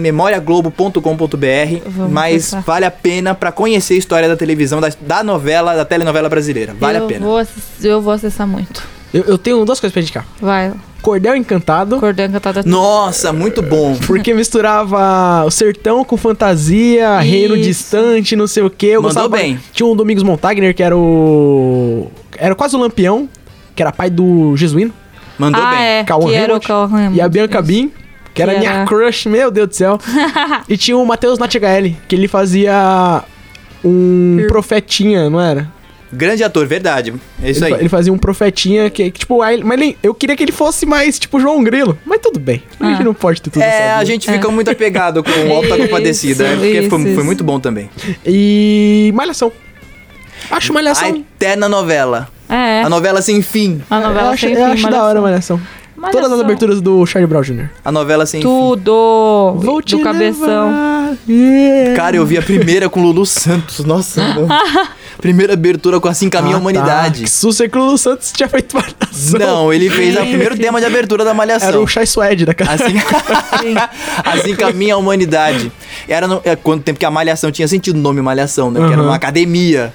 Speaker 3: memoriaglobo.com.br,
Speaker 2: Vamos
Speaker 3: mas
Speaker 2: acessar.
Speaker 3: vale a pena pra conhecer a história da televisão, da, da novela, da telenovela brasileira. Vale
Speaker 2: eu
Speaker 3: a pena.
Speaker 2: Vou acess- eu vou acessar muito.
Speaker 1: Eu, eu tenho duas coisas pra indicar.
Speaker 2: Vai,
Speaker 1: Cordel Encantado,
Speaker 2: cordão cantada.
Speaker 3: Nossa, muito bom.
Speaker 1: porque misturava o sertão com fantasia,
Speaker 2: Isso.
Speaker 1: reino distante, não sei o quê. Eu
Speaker 3: Mandou
Speaker 1: gostava-
Speaker 3: bem.
Speaker 1: Tinha um Domingos Montagner, que era o... Era quase o Lampião, que era pai do Jesuíno.
Speaker 3: Mandou
Speaker 2: ah,
Speaker 3: bem.
Speaker 2: é,
Speaker 1: Cauã
Speaker 2: que era o
Speaker 1: Raymond
Speaker 2: Cauã Raymond.
Speaker 1: E a Bianca
Speaker 2: Isso.
Speaker 1: Bin, que era
Speaker 2: Que
Speaker 1: minha
Speaker 2: era-
Speaker 1: crush, meu Deus do céu. e tinha o Matheus Natchigaeli, que ele fazia
Speaker 2: Hum.
Speaker 1: um profetinha, não era?
Speaker 3: Grande ator, verdade. É isso
Speaker 1: ele, fa-
Speaker 3: aí.
Speaker 1: ele fazia um profetinha que, que, tipo, aí, mas ele- eu queria que ele fosse mais tipo João Grilo, mas tudo bem. A
Speaker 2: Ah.
Speaker 1: gente não pode ter tudo
Speaker 3: É,
Speaker 1: sozinho.
Speaker 3: a gente fica muito apegado com o Alta
Speaker 2: Isso,
Speaker 3: Compadecida, é, porque foi,
Speaker 2: isso,
Speaker 3: foi
Speaker 2: isso.
Speaker 3: muito bom também.
Speaker 1: E Malhação. Acho
Speaker 3: A
Speaker 1: Malhação.
Speaker 3: eterna novela.
Speaker 2: um É,
Speaker 3: A novela sem fim.
Speaker 2: a novela
Speaker 1: eu acho,
Speaker 2: sem
Speaker 1: eu
Speaker 2: fim, é
Speaker 1: acho da hora Malhação.
Speaker 2: Malhação.
Speaker 1: Todas as aberturas do Charlie Brown Jr.
Speaker 3: A novela sem fim.
Speaker 2: Tudo. do cabeção.
Speaker 1: levar, yeah.
Speaker 3: Cara, eu vi a primeira com Lulu Santos. Nossa, não. Primeira abertura com Assim Caminha a
Speaker 1: Ah,
Speaker 3: Humanidade.
Speaker 1: Tá. Que susto é que o Lulu Santos tinha feito Malhação.
Speaker 3: Não, ele fez o primeiro tema de abertura da Malhação.
Speaker 1: Era o Chai Suede da casa.
Speaker 3: Assim, assim caminha a humanidade. Era no, é, quanto tempo que a Malhação tinha sentido o nome Malhação, né? Porque era
Speaker 1: Uhum.
Speaker 3: uma academia.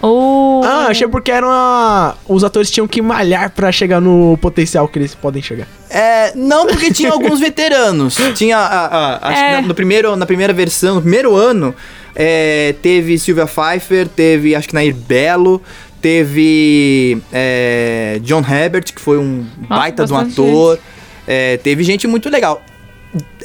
Speaker 2: Oh,
Speaker 1: Ah, achei porque era uma... os atores tinham que malhar pra chegar no potencial que eles podem chegar.
Speaker 3: É, não, porque tinha alguns veteranos. Tinha, a- a- acho que
Speaker 2: É.
Speaker 3: na, no primeiro, na primeira versão, no primeiro ano, é, teve Silvia Pfeiffer, teve, acho que Nair Belo, teve é, John Herbert, que foi um baita de um
Speaker 2: bastante
Speaker 3: ator. É, teve gente muito legal.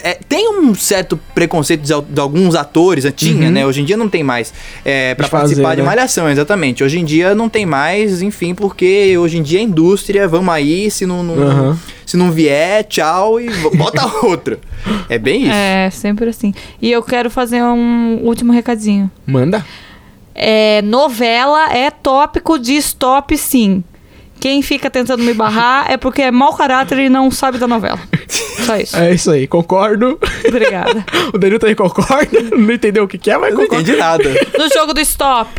Speaker 3: É, tem um certo preconceito de, al- de alguns atores, tinha, né? Hoje em dia não tem mais. É, pra
Speaker 1: Uhum. De fazer,
Speaker 3: participar de
Speaker 1: né?
Speaker 3: Malhação, exatamente. Hoje em dia não tem mais, enfim, porque hoje em dia é indústria, vamos aí, se não, não-
Speaker 1: Aham.
Speaker 3: se não vier, tchau e vo- bota outra. É bem isso.
Speaker 2: é, sempre assim. E eu quero fazer um último recadinho.
Speaker 1: Manda.
Speaker 2: É, novela é tópico de stop, sim. Quem fica tentando me barrar é porque é mau caráter e não sabe da novela. Só isso.
Speaker 1: É isso aí, concordo.
Speaker 2: Obrigada.
Speaker 1: o Danilo também concorda. Não entendeu o que, que é, mas
Speaker 3: Eu não
Speaker 1: concorda.
Speaker 3: entendi nada.
Speaker 2: No jogo do stop,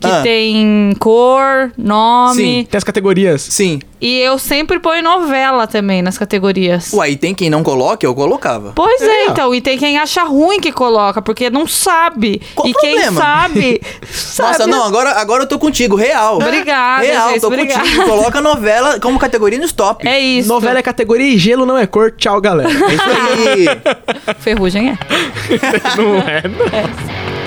Speaker 2: que
Speaker 3: Ah.
Speaker 2: tem cor, nome.
Speaker 3: Sim.
Speaker 1: Tem as categorias.
Speaker 3: Sim.
Speaker 2: E eu sempre ponho novela também nas categorias.
Speaker 3: Ué, e tem quem não coloca, eu colocava.
Speaker 2: Pois é,
Speaker 1: É.
Speaker 2: então. E tem quem acha ruim que coloca, porque não sabe.
Speaker 3: Qual
Speaker 2: e
Speaker 3: o
Speaker 2: quem
Speaker 3: problema?
Speaker 2: sabe. sabe
Speaker 3: Nossa, não, agora, agora eu tô contigo, real.
Speaker 2: Obrigada,
Speaker 3: Real,
Speaker 2: gente,
Speaker 3: tô
Speaker 2: obrigada.
Speaker 3: contigo. Coloca novela como categoria no stop.
Speaker 2: É isso.
Speaker 1: Novela é categoria e gelo não é cor. Tchau, galera.
Speaker 3: É isso aí.
Speaker 2: Ferrugem é.
Speaker 1: não é.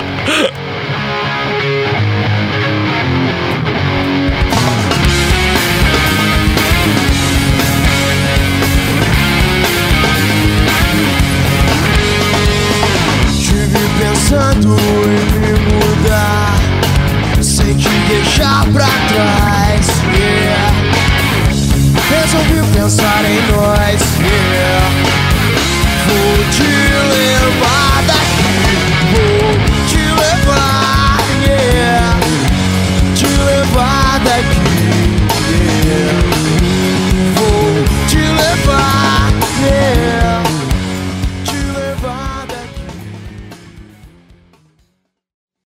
Speaker 6: Tive pensando em me mudar. Sei que pra trás. yeah. Resolvi pensar em nós. yeah. Vou te levar.